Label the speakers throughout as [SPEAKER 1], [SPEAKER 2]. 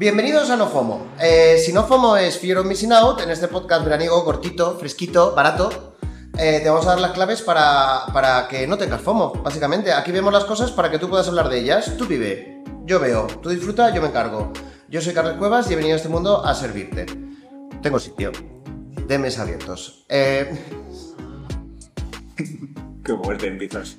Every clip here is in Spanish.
[SPEAKER 1] Bienvenidos a Nofomo. Eh, si Nofomo es Fear of Missing Out, en este podcast veraniego, cortito, fresquito, barato, eh, te vamos a dar las claves para, para que no tengas FOMO, básicamente. Aquí vemos las cosas para que tú puedas hablar de ellas. Tú vive, yo veo, tú disfruta, yo me encargo. Yo soy Carlos Cuevas y he venido a este mundo a servirte. Tengo sitio. De mes abiertos. Eh,
[SPEAKER 2] Qué fuerte empiezas.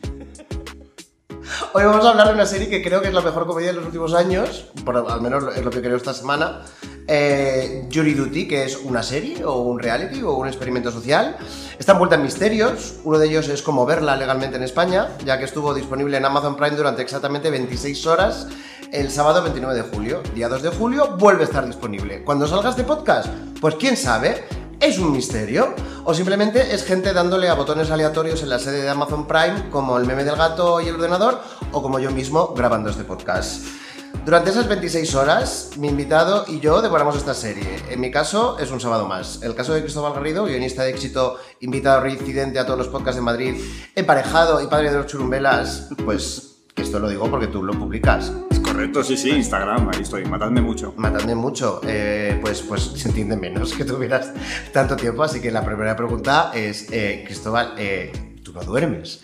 [SPEAKER 1] Hoy vamos a hablar de una serie que creo que es la mejor comedia de los últimos años, por, al menos es lo que creo esta semana. Eh, Jury Duty, que es una serie o un reality o un experimento social. Está envuelta en misterios. Uno de ellos es cómo verla legalmente en España, ya que estuvo disponible en Amazon Prime durante exactamente 26 horas el sábado 29 de julio. Día 2 de julio vuelve a estar disponible. Cuando salgas de podcast, pues quién sabe, ¿Es un misterio? ¿O simplemente es gente dándole a botones aleatorios en la sede de Amazon Prime, como el meme del gato y el ordenador, o como yo mismo grabando este podcast? Durante esas 26 horas, mi invitado y yo devoramos esta serie. En mi caso, es un sábado más. El caso de Cristóbal Garrido, guionista de éxito, invitado reincidente a todos los podcasts de Madrid, emparejado y padre de los churumbelas, pues que esto lo digo porque tú lo publicas.
[SPEAKER 2] Es correcto, sí, sí, Instagram, ahí estoy, matadme mucho.
[SPEAKER 1] matadme mucho, eh, pues, pues se entiende menos que tuvieras tanto tiempo. Así que la primera pregunta es, eh, Cristóbal, eh, ¿tú no duermes?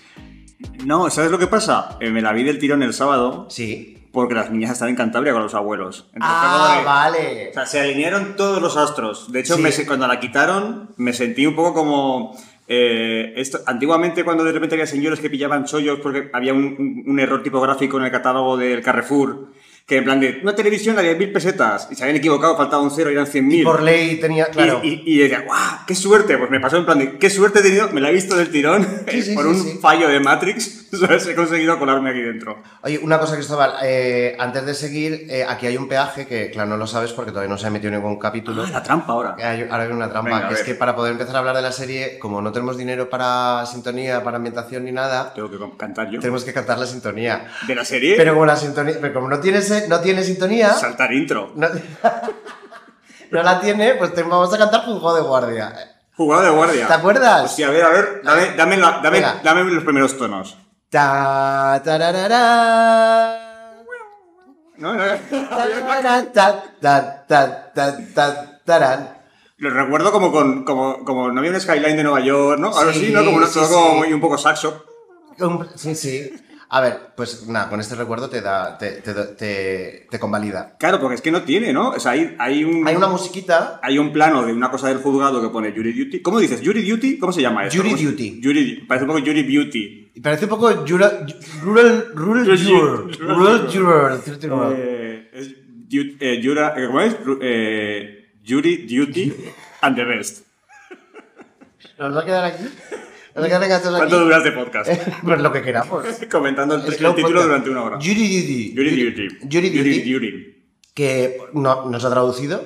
[SPEAKER 2] No, ¿sabes lo que pasa? Eh, me la vi del tirón el sábado
[SPEAKER 1] Sí.
[SPEAKER 2] porque las niñas están en Cantabria con los abuelos. Entonces, fue
[SPEAKER 1] Ah,
[SPEAKER 2] como de-
[SPEAKER 1] vale.
[SPEAKER 2] O sea, se alinearon todos los astros. De hecho,
[SPEAKER 1] Sí.
[SPEAKER 2] me se- cuando la quitaron, me sentí un poco como... eh, esto, antiguamente, cuando de repente había señores que pillaban chollos porque había un, un- un error tipográfico en el catálogo del Carrefour, que en plan de una televisión de 10.000 pesetas, y se habían equivocado, faltaba un cero, eran 100.000.
[SPEAKER 1] Por ley tenía, claro.
[SPEAKER 2] Y, y- y decía, ¡guau! ¡Qué suerte! Pues me pasó en plan de, ¡qué suerte he tenido! Me la he visto del tirón
[SPEAKER 1] Sí, sí,
[SPEAKER 2] por
[SPEAKER 1] sí,
[SPEAKER 2] un
[SPEAKER 1] sí.
[SPEAKER 2] fallo de Matrix. ¿sabes? He conseguido colarme aquí dentro.
[SPEAKER 1] Oye, una cosa, Cristóbal, eh, antes de seguir, eh, aquí hay un peaje que, claro, no lo sabes porque todavía no se ha metido ningún capítulo.
[SPEAKER 2] Ah, la trampa ahora.
[SPEAKER 1] Que hay- Ahora hay una trampa,
[SPEAKER 2] Venga, a
[SPEAKER 1] que es
[SPEAKER 2] ver.
[SPEAKER 1] que para poder empezar a hablar de la serie, como no tenemos dinero para sintonía, para ambientación ni nada,
[SPEAKER 2] Tengo que cantar yo.
[SPEAKER 1] tenemos que cantar la sintonía.
[SPEAKER 2] De la serie,
[SPEAKER 1] Pero como la sintonía, pero como no tiene, se- no tiene sintonía,
[SPEAKER 2] saltar intro.
[SPEAKER 1] no, no la tiene, pues te- vamos a cantar Juzgado de Guardia.
[SPEAKER 2] Jugado de guardia.
[SPEAKER 1] ¿Te acuerdas?
[SPEAKER 2] Hostia, a ver, a ver. Dame, dame, la- dame-
[SPEAKER 1] Venga.
[SPEAKER 2] dame los primeros tonos.
[SPEAKER 1] Ta, tararara,
[SPEAKER 2] No, no, no.
[SPEAKER 1] tarara, ta, ta, ta, ta, ta, tarán.
[SPEAKER 2] Lo recuerdo como con como, como no había un skyline de Nueva York, ¿no? Ahora sí,
[SPEAKER 1] Sí,
[SPEAKER 2] ¿no? Como,
[SPEAKER 1] sí,
[SPEAKER 2] todo
[SPEAKER 1] sí.
[SPEAKER 2] como muy- un poco saxo.
[SPEAKER 1] Un- Sí, sí. A ver, pues nada, con este recuerdo te da, te, te, te, te convalida.
[SPEAKER 2] Claro, porque es que no tiene, ¿no? O sea, hay, hay un.
[SPEAKER 1] Hay una musiquita.
[SPEAKER 2] Hay un plano de una cosa del juzgado que pone Jury Duty. ¿Cómo dices? ¿Jury Duty? ¿Cómo se llama eso?
[SPEAKER 1] Jury
[SPEAKER 2] ¿Cómo se-
[SPEAKER 1] duty.
[SPEAKER 2] Jury du- parece un poco Jury Beauty.
[SPEAKER 1] y Parece un poco Jura- Rural Rural Juror. Rural Juror. cierto, no.
[SPEAKER 2] Eh, es du- eh, Jura- eh, ¿Cómo es? Ru- eh, Jury Duty and the rest.
[SPEAKER 1] ¿Nos va a quedar aquí? ¿Nos va a quedar enganchados aquí?
[SPEAKER 2] ¿Cuánto duras de podcast?
[SPEAKER 1] Pues lo que queramos.
[SPEAKER 2] Comentando el, el título durante una hora.
[SPEAKER 1] Jury Duty.
[SPEAKER 2] Jury Duty.
[SPEAKER 1] Jury Duty,
[SPEAKER 2] Duty.
[SPEAKER 1] Que no, nos ha traducido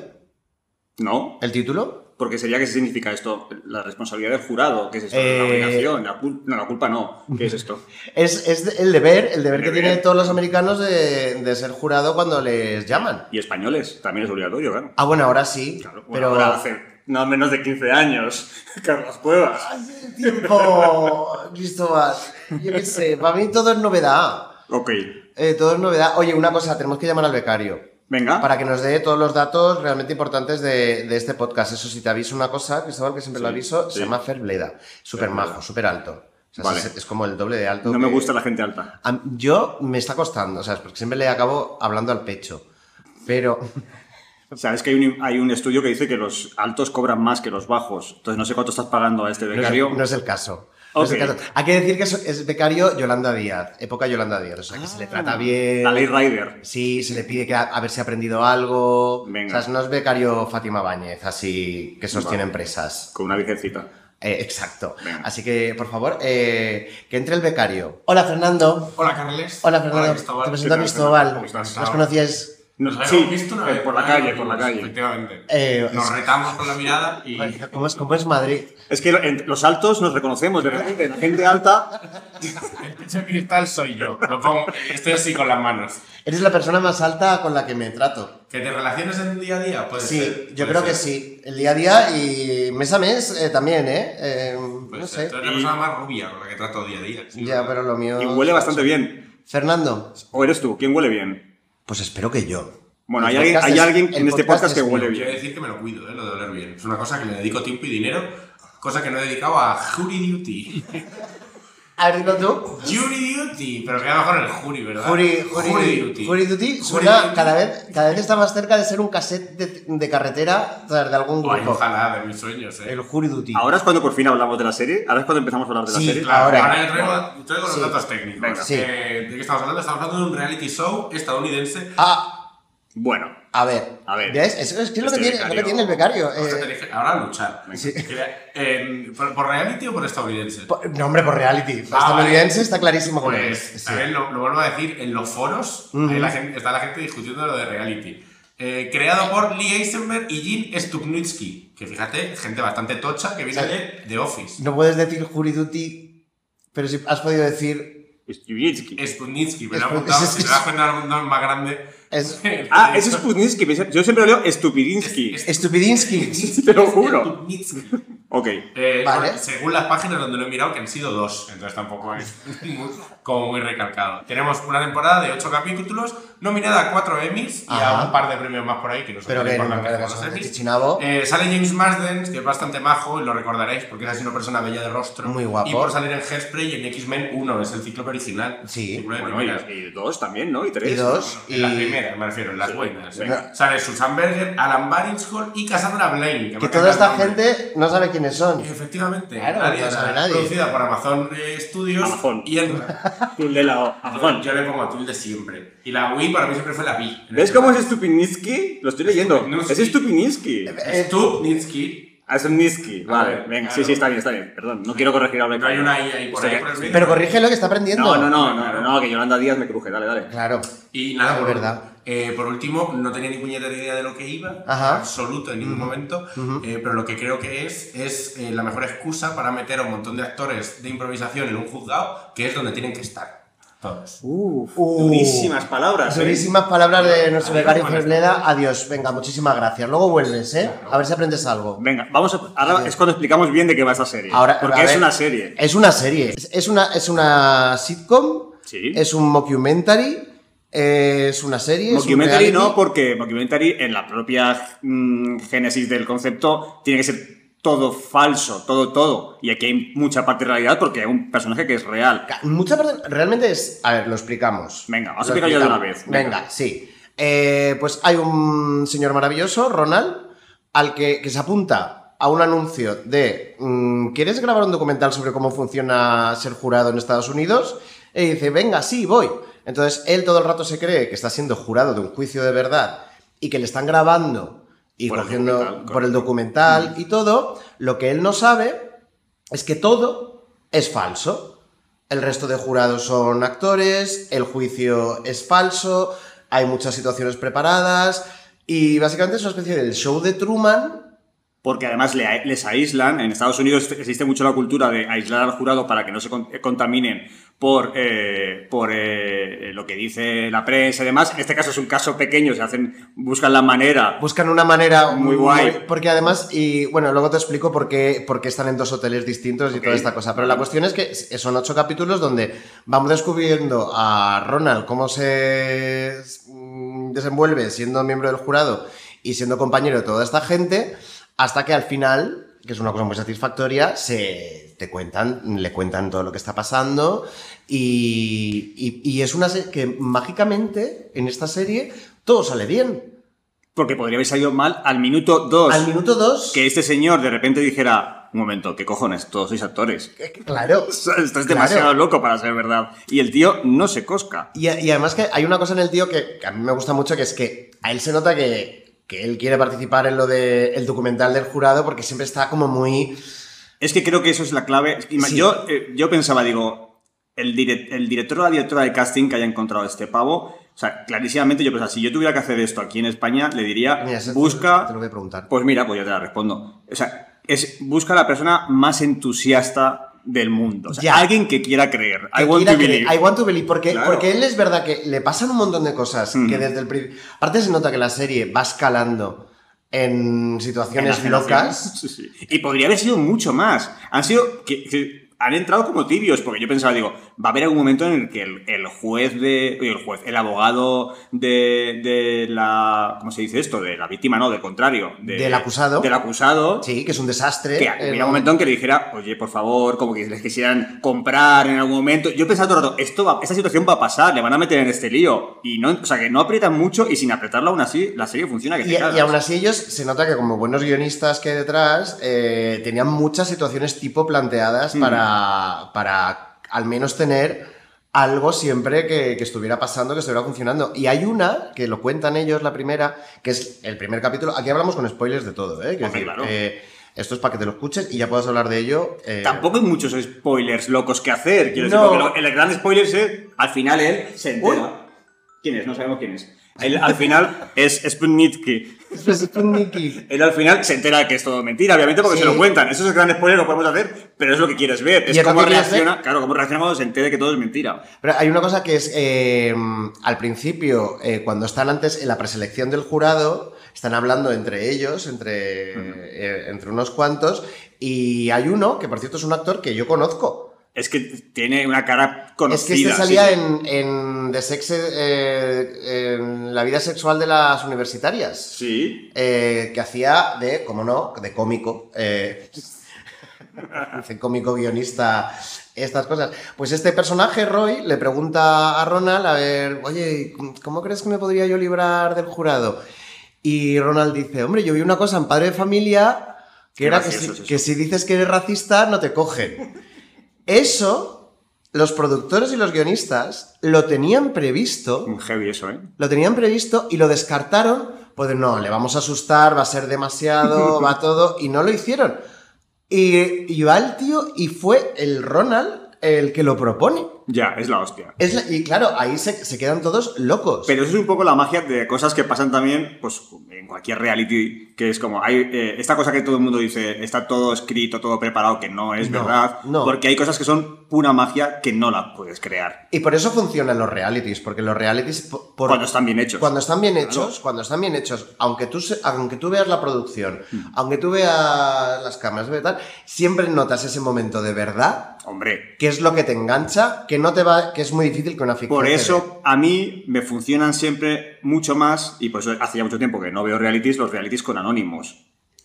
[SPEAKER 2] No,
[SPEAKER 1] el título.
[SPEAKER 2] porque sería que significa esto, la responsabilidad del jurado, que es esto,
[SPEAKER 1] Eh,
[SPEAKER 2] la obligación, la cul- no, la culpa no, ¿qué es esto?
[SPEAKER 1] Es, es el deber, el deber que
[SPEAKER 2] Deber.
[SPEAKER 1] tienen todos los americanos de, de ser jurado cuando les llaman.
[SPEAKER 2] Y españoles, también es obligatorio, claro.
[SPEAKER 1] Ah, bueno, ahora sí.
[SPEAKER 2] Claro, bueno,
[SPEAKER 1] pero
[SPEAKER 2] ahora hace no menos de 15 años, Carlos Cuevas.
[SPEAKER 1] Hace tiempo, Cristóbal. Yo qué sé, para mí todo es novedad.
[SPEAKER 2] Ok,
[SPEAKER 1] Eh, todo es novedad. Oye, una cosa, tenemos que llamar al becario.
[SPEAKER 2] venga.
[SPEAKER 1] Para que nos dé todos los datos realmente importantes de, de este podcast. Eso sí, te aviso una cosa, Cristóbal, que siempre
[SPEAKER 2] Sí,
[SPEAKER 1] lo aviso, se
[SPEAKER 2] sí.
[SPEAKER 1] llama Fer Bleda. Súper
[SPEAKER 2] Fer Bleda.
[SPEAKER 1] majo, súper alto. O sea,
[SPEAKER 2] Vale.
[SPEAKER 1] es, es como el doble de alto.
[SPEAKER 2] No me
[SPEAKER 1] que-
[SPEAKER 2] gusta la gente alta.
[SPEAKER 1] A- yo me está costando, o sea, es porque siempre le acabo hablando al pecho. Pero
[SPEAKER 2] Sabes que hay un, hay un estudio que dice que los altos cobran más que los bajos. Entonces no sé cuánto estás pagando a este
[SPEAKER 1] no es,
[SPEAKER 2] becario.
[SPEAKER 1] el- no es el caso. No es el
[SPEAKER 2] Ok.
[SPEAKER 1] caso. Hay que decir que es, es becario Yolanda Díaz, época Yolanda Díaz. O sea, que se le trata bien.
[SPEAKER 2] La ley Rider.
[SPEAKER 1] Sí, se le pide que a, a ver si ha aprendido algo.
[SPEAKER 2] Venga.
[SPEAKER 1] O sea, no es becario Fátima Báñez, así que sostiene
[SPEAKER 2] Vale.
[SPEAKER 1] empresas.
[SPEAKER 2] Con una virgencita.
[SPEAKER 1] Eh, exacto.
[SPEAKER 2] Venga.
[SPEAKER 1] Así que, por favor, eh, que entre el becario. Hola, Fernando.
[SPEAKER 3] Hola, Carles.
[SPEAKER 1] Hola, Fernando.
[SPEAKER 3] Cristóbal.
[SPEAKER 1] Te presento a
[SPEAKER 2] ¿Qué tal,
[SPEAKER 1] Cristóbal.
[SPEAKER 2] Fernando? ¿Cómo estás?
[SPEAKER 1] ¿Nos conocíais?
[SPEAKER 3] Nos
[SPEAKER 2] Sí,
[SPEAKER 3] habíamos visto una
[SPEAKER 2] eh,
[SPEAKER 3] vez. Pues,
[SPEAKER 2] por la calle, por la calle.
[SPEAKER 3] Efectivamente.
[SPEAKER 1] Eh,
[SPEAKER 3] Nos
[SPEAKER 1] es-
[SPEAKER 3] retamos con la mirada y...
[SPEAKER 1] ¿Cómo es, cómo es Madrid?
[SPEAKER 2] Es que en- los altos nos reconocemos de repente. La gente alta.
[SPEAKER 3] El techo de cristal soy yo. Lo pongo- estoy así con las manos.
[SPEAKER 1] Eres la persona más alta con la que me trato.
[SPEAKER 3] ¿Que te relaciones en el día a día? Puede
[SPEAKER 1] Sí,
[SPEAKER 3] ser,
[SPEAKER 1] yo
[SPEAKER 3] puede
[SPEAKER 1] creo
[SPEAKER 3] ser.
[SPEAKER 1] que sí. El día a día y mes a mes eh, también, ¿eh? Eh,
[SPEAKER 3] Puede
[SPEAKER 1] no
[SPEAKER 3] ser.
[SPEAKER 1] sé.
[SPEAKER 3] Tú eres la
[SPEAKER 2] Y-
[SPEAKER 3] persona más rubia con la que trato día a día. sí,
[SPEAKER 1] Ya,
[SPEAKER 3] ¿verdad?
[SPEAKER 1] pero lo mío.
[SPEAKER 2] Y huele bastante bien.
[SPEAKER 1] Fernando,
[SPEAKER 2] ¿O eres tú? ¿Quién huele bien?
[SPEAKER 1] pues espero que yo.
[SPEAKER 2] Bueno,
[SPEAKER 1] El
[SPEAKER 2] hay alguien,
[SPEAKER 1] podcast
[SPEAKER 2] hay
[SPEAKER 1] es-
[SPEAKER 2] alguien
[SPEAKER 1] el
[SPEAKER 2] en este
[SPEAKER 1] podcast
[SPEAKER 2] podcast que
[SPEAKER 1] es
[SPEAKER 2] huele
[SPEAKER 1] mío.
[SPEAKER 2] bien.
[SPEAKER 4] Quiero decir que me lo cuido, ¿eh? lo de oler bien. Es una cosa que le dedico tiempo y dinero, cosa que no he dedicado a Jury Duty.
[SPEAKER 1] A ver, dilo tú.
[SPEAKER 4] Jury Duty, pero queda mejor el Jury, ¿verdad?
[SPEAKER 1] Jury,
[SPEAKER 4] Jury
[SPEAKER 1] Jury,
[SPEAKER 4] Duty.
[SPEAKER 1] Jury Duty
[SPEAKER 4] Jury
[SPEAKER 1] suena
[SPEAKER 4] Duty.
[SPEAKER 1] cada vez, cada vez está más cerca de ser un cassette de, de carretera o sea, de algún
[SPEAKER 4] Ay,
[SPEAKER 1] grupo.
[SPEAKER 4] ojalá, de mis sueños, ¿eh?
[SPEAKER 1] El Jury Duty.
[SPEAKER 2] Ahora es cuando por fin hablamos de la serie. Ahora es cuando empezamos a hablar de la
[SPEAKER 1] Sí,
[SPEAKER 2] serie.
[SPEAKER 4] Claro,
[SPEAKER 1] Ahora. eh,
[SPEAKER 4] ahora, yo traigo, traigo los
[SPEAKER 1] Sí.
[SPEAKER 4] datos técnicos.
[SPEAKER 2] Venga.
[SPEAKER 1] Sí.
[SPEAKER 4] Eh, ¿De qué estamos hablando? Estamos hablando de un reality show estadounidense.
[SPEAKER 1] Ah,
[SPEAKER 2] Bueno,
[SPEAKER 1] a ver.
[SPEAKER 2] A ver.
[SPEAKER 1] ¿Ves? Es, es que es lo que,
[SPEAKER 2] Este
[SPEAKER 1] tiene, lo que
[SPEAKER 2] becario-
[SPEAKER 1] tiene el becario.
[SPEAKER 4] Vamos a
[SPEAKER 1] eh,
[SPEAKER 4] tener que- ahora a luchar. Que- eh, ¿por, por reality o por estadounidense?
[SPEAKER 1] por- no, hombre, por reality.
[SPEAKER 4] Ah,
[SPEAKER 1] Estadounidense está clarísimo con él.
[SPEAKER 4] Pues,
[SPEAKER 1] Sí.
[SPEAKER 4] a ver, lo, lo vuelvo a decir, en los foros ahí la gente- está la gente discutiendo lo de reality. Eh, creado por Lee Eisenberg y Jim Stupnitsky, que fíjate, gente bastante tocha que viene
[SPEAKER 1] Sí.
[SPEAKER 4] de The Office.
[SPEAKER 1] No puedes decir Jury Duty, pero si has podido decir.
[SPEAKER 2] Stupnitsky.
[SPEAKER 4] Stupnitsky, me lo he
[SPEAKER 1] Sput-
[SPEAKER 4] apuntado,
[SPEAKER 1] es-
[SPEAKER 4] si te das cuenta de algún nombre más grande.
[SPEAKER 1] Es,
[SPEAKER 2] Ah, es Sputnitsky. pensé- Yo siempre lo leo Stupidinsky.
[SPEAKER 4] Es-
[SPEAKER 1] Stupidinsky.
[SPEAKER 2] Te lo juro.
[SPEAKER 4] Stupnitsky.
[SPEAKER 2] Ok.
[SPEAKER 4] Eh,
[SPEAKER 1] Vale.
[SPEAKER 4] bueno, según las páginas donde lo he mirado, que han sido dos, entonces tampoco es muy- como muy recalcado. Tenemos una temporada de ocho capítulos, nominada a cuatro Emmys y
[SPEAKER 1] Ajá.
[SPEAKER 4] a un par de premios más por ahí, que Pues, no son
[SPEAKER 1] Pero
[SPEAKER 4] tan
[SPEAKER 1] que no, que
[SPEAKER 4] importantes
[SPEAKER 1] no,
[SPEAKER 4] como
[SPEAKER 1] que
[SPEAKER 4] los
[SPEAKER 1] son de
[SPEAKER 4] Emmys.
[SPEAKER 1] Chichinabo.
[SPEAKER 4] Eh, sale James Marsden, que es bastante majo, y lo recordaréis porque es así una persona bella de rostro.
[SPEAKER 1] Muy guapo.
[SPEAKER 4] Y por salir en Hairspray y en X-Men 1, es el ciclo original.
[SPEAKER 1] Sí.
[SPEAKER 4] Ciclo de
[SPEAKER 2] Bueno,
[SPEAKER 4] primeras.
[SPEAKER 2] y, y dos también, ¿no? Y tres.
[SPEAKER 1] Y dos.
[SPEAKER 4] En las
[SPEAKER 1] y-
[SPEAKER 4] primeras, me refiero, en las buenas.
[SPEAKER 1] Venga.
[SPEAKER 4] Sale Susan Berger, Alan Barinshall y Cassandra Blaine. me
[SPEAKER 1] Que
[SPEAKER 4] encanta
[SPEAKER 1] toda
[SPEAKER 4] el
[SPEAKER 1] esta
[SPEAKER 4] nombre.
[SPEAKER 1] gente no sabe quiénes son.
[SPEAKER 4] Efectivamente,
[SPEAKER 1] Claro, no
[SPEAKER 4] o sea,
[SPEAKER 1] sabe nadie.
[SPEAKER 4] producida por Amazon eh, Studios
[SPEAKER 2] Amazon.
[SPEAKER 4] y el-
[SPEAKER 2] Tilde la O. Amazon.
[SPEAKER 4] yo le pongo tilde siempre. Y la Wii para mí siempre fue la Wii. este
[SPEAKER 2] ¿Ves cómo es Stupinitsky? Lo estoy leyendo. Es
[SPEAKER 4] Stupinitsky.
[SPEAKER 2] Stupinitsky.
[SPEAKER 1] Eh,
[SPEAKER 4] Stupnitsky?
[SPEAKER 2] Ah, Es Stupinitsky. Vale,
[SPEAKER 4] Vale,
[SPEAKER 2] venga.
[SPEAKER 4] claro.
[SPEAKER 2] Sí, sí, está bien, está bien. Perdón, no quiero corregir ahora.
[SPEAKER 4] No hay una I ahí por
[SPEAKER 2] Estoy-
[SPEAKER 4] ahí. por el medio.
[SPEAKER 1] Pero corrígelo que está aprendiendo.
[SPEAKER 2] No, no, no, no, no, que Yolanda Díaz me cruje. Dale, dale.
[SPEAKER 1] Claro.
[SPEAKER 4] Y nada,
[SPEAKER 1] Es
[SPEAKER 4] por,
[SPEAKER 1] verdad.
[SPEAKER 4] eh, por último, no tenía ni puñetera idea de lo que iba,
[SPEAKER 1] Ajá.
[SPEAKER 4] en absoluto en ningún momento, eh, pero lo que creo que es, es eh, la mejor excusa para meter a un montón de actores de improvisación en un juzgado, que es donde tienen que estar. Todos.
[SPEAKER 2] Uf,
[SPEAKER 1] Uh.
[SPEAKER 2] durísimas palabras. ¿eh?
[SPEAKER 1] Durísimas palabras de nuestro
[SPEAKER 4] Adiós,
[SPEAKER 1] becario
[SPEAKER 4] buenas
[SPEAKER 1] Ferbleda. Adiós. Venga, muchísimas gracias. Luego vuelves, ¿eh? A ver si aprendes algo.
[SPEAKER 2] Venga, vamos a, ahora es cuando explicamos bien de qué va esta serie.
[SPEAKER 1] Ahora,
[SPEAKER 2] Eh, porque
[SPEAKER 1] a
[SPEAKER 2] es
[SPEAKER 1] ver,
[SPEAKER 2] una serie.
[SPEAKER 1] Es una serie. Es- Es una, es una sitcom.
[SPEAKER 2] Sí.
[SPEAKER 1] Es un mockumentary. eh, Es una serie. es un
[SPEAKER 2] Mockumentary
[SPEAKER 1] reality.
[SPEAKER 2] no, porque Mockumentary en la propia mm, génesis del concepto tiene que ser todo falso, todo, todo. Y aquí hay mucha parte de realidad porque hay un personaje que es real.
[SPEAKER 1] Ca- Mucha parte. Realmente es. A ver, lo explicamos.
[SPEAKER 2] Venga, vamos a
[SPEAKER 1] Lo
[SPEAKER 2] explicarlo ya de una
[SPEAKER 1] explicamos.
[SPEAKER 2] vez. Venga.
[SPEAKER 1] Venga, sí. Eh, pues hay un señor maravilloso, Ronald, al que, que se apunta a un anuncio de mm, ¿Quieres grabar un documental sobre cómo funciona ser jurado en Estados Unidos? Y dice, venga, sí, voy. Entonces él todo el rato se cree que está siendo jurado de un juicio de verdad y que le están grabando y
[SPEAKER 2] Por el
[SPEAKER 1] cogiendo
[SPEAKER 2] documental, Mm.
[SPEAKER 1] por el documental y todo. Lo que él no sabe es que todo es falso. El resto de jurados son actores, el juicio es falso, hay muchas situaciones preparadas y básicamente es una especie del show de Truman.
[SPEAKER 2] Porque además le a- les aíslan. En Estados Unidos existe mucho la cultura de aislar al jurado para que no se con- eh, contaminen por, eh, por eh, lo que dice la prensa y demás. En este caso es un caso pequeño, se hacen, buscan la manera.
[SPEAKER 1] Buscan una manera
[SPEAKER 2] Muy guay.
[SPEAKER 1] porque además, y bueno, luego te explico por qué, por qué están en dos hoteles distintos y
[SPEAKER 2] Ok.
[SPEAKER 1] toda esta cosa. Pero la cuestión es que s- son ocho capítulos donde vamos descubriendo a Ronald cómo se mm, desenvuelve siendo miembro del jurado y siendo compañero de toda esta gente, hasta que al final, que es una cosa muy satisfactoria, se te cuentan, le cuentan todo lo que está pasando y, y- y es una serie que mágicamente en esta serie todo sale bien.
[SPEAKER 2] Porque podría haber salido mal al minuto 2.
[SPEAKER 1] Al minuto dos...
[SPEAKER 2] que este señor de repente dijera, un momento, ¿qué cojones? Todos sois actores.
[SPEAKER 1] Claro.
[SPEAKER 2] O sea, Esto es
[SPEAKER 1] Claro.
[SPEAKER 2] demasiado loco para ser verdad. Y el tío no se cosca.
[SPEAKER 1] Y, a- y además que hay una cosa en el tío que, que a mí me gusta mucho, que es que a él se nota que, que él quiere participar en lo del documental del jurado porque siempre está como muy...
[SPEAKER 2] Es que creo que eso es la clave. Ima-
[SPEAKER 1] Sí.
[SPEAKER 2] Yo, eh, yo pensaba, digo, el, direc- el director o la directora de casting que haya encontrado este pavo, o sea, clarísimamente yo pensaba, si yo tuviera que hacer esto aquí en España, le diría,
[SPEAKER 1] Mira, eso te-
[SPEAKER 2] busca...
[SPEAKER 1] Te lo voy a preguntar.
[SPEAKER 2] Pues mira, pues yo te la respondo. O sea, es, busca la persona más entusiasta del mundo. O sea,
[SPEAKER 1] Ya.
[SPEAKER 2] alguien que quiera creer. I
[SPEAKER 1] Que
[SPEAKER 2] want
[SPEAKER 1] quiera
[SPEAKER 2] to
[SPEAKER 1] que-
[SPEAKER 2] believe.
[SPEAKER 1] I want to believe, porque,
[SPEAKER 2] Claro.
[SPEAKER 1] porque él es verdad que le pasan un montón de cosas que desde el principio... Aparte se nota que la serie va escalando en situaciones
[SPEAKER 2] En la
[SPEAKER 1] locas.
[SPEAKER 2] generación. Sí, sí. Y podría haber sido mucho más. Han sido. que- que- han entrado como tibios, porque yo pensaba, digo, va a haber algún momento en el que el, el juez de. oye, el juez, el abogado de, de la. ¿Cómo se dice esto? De la víctima, no, del contrario. de-
[SPEAKER 1] Del acusado.
[SPEAKER 2] Del acusado.
[SPEAKER 1] Sí, que es un desastre.
[SPEAKER 2] Que
[SPEAKER 1] Eh,
[SPEAKER 2] hubiera
[SPEAKER 1] no-
[SPEAKER 2] un momento en que le dijera, oye, por favor, como que les quisieran comprar en algún momento. Yo pensaba todo el rato, esto va, esta situación va a pasar, le van a meter en este lío. Y no, o sea, que no aprietan mucho y sin apretarlo aún así, la serie funciona. Que te
[SPEAKER 1] Y,
[SPEAKER 2] cagas.
[SPEAKER 1] y aún así ellos se nota que como buenos guionistas que hay detrás eh, tenían muchas situaciones tipo
[SPEAKER 2] Mm.
[SPEAKER 1] planteadas para, para al menos tener algo siempre que, que estuviera pasando, que estuviera funcionando. Y hay una, que lo cuentan ellos, la primera, que es el primer capítulo. Aquí hablamos con spoilers de todo, ¿eh? Quiero
[SPEAKER 2] Hombre, claro.
[SPEAKER 1] eh, esto es para que te lo escuches y ya puedas hablar de ello. eh,
[SPEAKER 2] Tampoco hay muchos spoilers locos que hacer. Quiero
[SPEAKER 1] No.
[SPEAKER 2] decir, porque lo- el gran spoiler es, al final él se entera. ¿Quién es? No sabemos quién es. Él, al final es Sputnitsky. Él al final se entera que es todo mentira, obviamente, porque
[SPEAKER 1] Sí.
[SPEAKER 2] se lo cuentan. Eso es el gran spoiler, lo podemos hacer, pero es lo que quieres ver.
[SPEAKER 1] ¿Y
[SPEAKER 2] Es
[SPEAKER 1] es lo
[SPEAKER 2] cómo
[SPEAKER 1] que quieres
[SPEAKER 2] reacciona, claro, cómo reacciona cuando se entere que todo es mentira.
[SPEAKER 1] Pero hay una cosa que es, eh, al principio, eh, cuando están antes en la preselección del jurado, están hablando entre ellos, entre, eh, entre unos cuantos, y hay uno, que por cierto es un actor que yo conozco.
[SPEAKER 2] Es que tiene una cara conocida.
[SPEAKER 1] Es que este
[SPEAKER 2] sí,
[SPEAKER 1] salía
[SPEAKER 2] sí.
[SPEAKER 1] en, en The Sex, eh, en la vida sexual de las universitarias,
[SPEAKER 2] Sí.
[SPEAKER 1] eh, que hacía de, como no, de cómico, eh, de cómico guionista, estas cosas. Pues este personaje, Roy, le pregunta a Ronald, a ver, oye, ¿cómo crees que me podría yo librar del jurado? Y Ronald dice, hombre, yo vi una cosa en Padre de Familia, que
[SPEAKER 2] Qué
[SPEAKER 1] era que si,
[SPEAKER 2] gracioso es eso.
[SPEAKER 1] que si dices que eres racista, no te cogen. Eso, los productores y los guionistas lo tenían previsto
[SPEAKER 2] Un heavy eso, ¿eh?
[SPEAKER 1] lo tenían previsto y lo descartaron. Pues no, le vamos a asustar, va a ser demasiado, va todo, y no lo hicieron. Y, y va el tío y fue el Ronald el que lo propone.
[SPEAKER 2] Ya, es la hostia.
[SPEAKER 1] Es la- y claro, ahí se, se quedan todos locos.
[SPEAKER 2] Pero eso es un poco la magia de cosas que pasan también, pues, en cualquier reality, que es como, hay eh, esta cosa que todo el mundo dice, está todo escrito, todo preparado, que no es
[SPEAKER 1] No,
[SPEAKER 2] verdad,
[SPEAKER 1] no.
[SPEAKER 2] porque hay cosas que son pura magia que no la puedes crear
[SPEAKER 1] y por eso funcionan los realities, porque los realities... po- por-
[SPEAKER 2] cuando están bien hechos.
[SPEAKER 1] Cuando están bien
[SPEAKER 2] Claro.
[SPEAKER 1] hechos, cuando están bien hechos, aunque tú, se- aunque tú veas la producción,
[SPEAKER 2] Mm.
[SPEAKER 1] aunque tú veas las cámaras, ve tal, siempre notas ese momento de verdad,
[SPEAKER 2] Hombre,
[SPEAKER 1] que es lo que te engancha, que no te va, que es muy difícil que una ficción.
[SPEAKER 2] por
[SPEAKER 1] te dé.
[SPEAKER 2] eso a mí me funcionan siempre mucho más, y pues hace ya mucho tiempo que no veo realities, los realities con anónimos.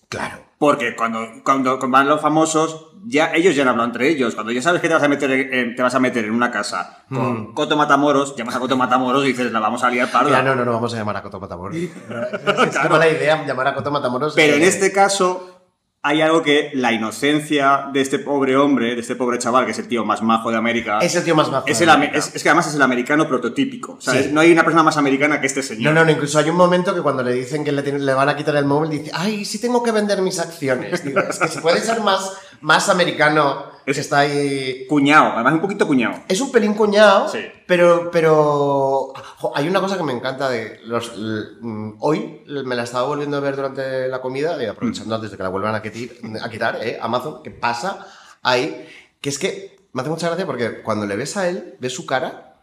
[SPEAKER 1] Claro.
[SPEAKER 2] Porque cuando, cuando van los famosos, ya ellos ya han hablado entre ellos. Cuando ya sabes que te vas a meter en, te vas a meter en una casa con Coto Matamoros, llamas a Coto Matamoros y dices, la vamos a liar parda.
[SPEAKER 1] Mira, Hmm. no, no, no vamos a llamar a Coto Matamoros. es una
[SPEAKER 2] Claro.
[SPEAKER 1] mala idea llamar a Coto Matamoros.
[SPEAKER 2] Pero en
[SPEAKER 1] eh,
[SPEAKER 2] este caso hay algo que la inocencia de este pobre hombre, de este pobre chaval, que es el tío más majo de América...
[SPEAKER 1] Es el tío más majo
[SPEAKER 2] Es,
[SPEAKER 1] de
[SPEAKER 2] el ame-
[SPEAKER 1] América.
[SPEAKER 2] es- es que además es el americano prototípico. ¿sabes?
[SPEAKER 1] Sí.
[SPEAKER 2] No hay una persona más americana que este señor.
[SPEAKER 1] No, no, no, incluso hay un momento que cuando le dicen que le, tienen- le van a quitar el móvil, dice, ay, sí tengo que vender mis acciones. Digo, es que si puede ser más, más americano que está ahí...
[SPEAKER 2] Cuñado, además un poquito cuñado.
[SPEAKER 1] Es un pelín cuñado,
[SPEAKER 2] Sí.
[SPEAKER 1] pero, pero jo, hay una cosa que me encanta de los... l- mm, hoy me la estaba volviendo a ver durante la comida, y aprovechando antes de que la vuelvan a quitar, a quitar eh, Amazon, que pasa ahí, que es que me hace mucha gracia porque cuando le ves a él, ves su cara,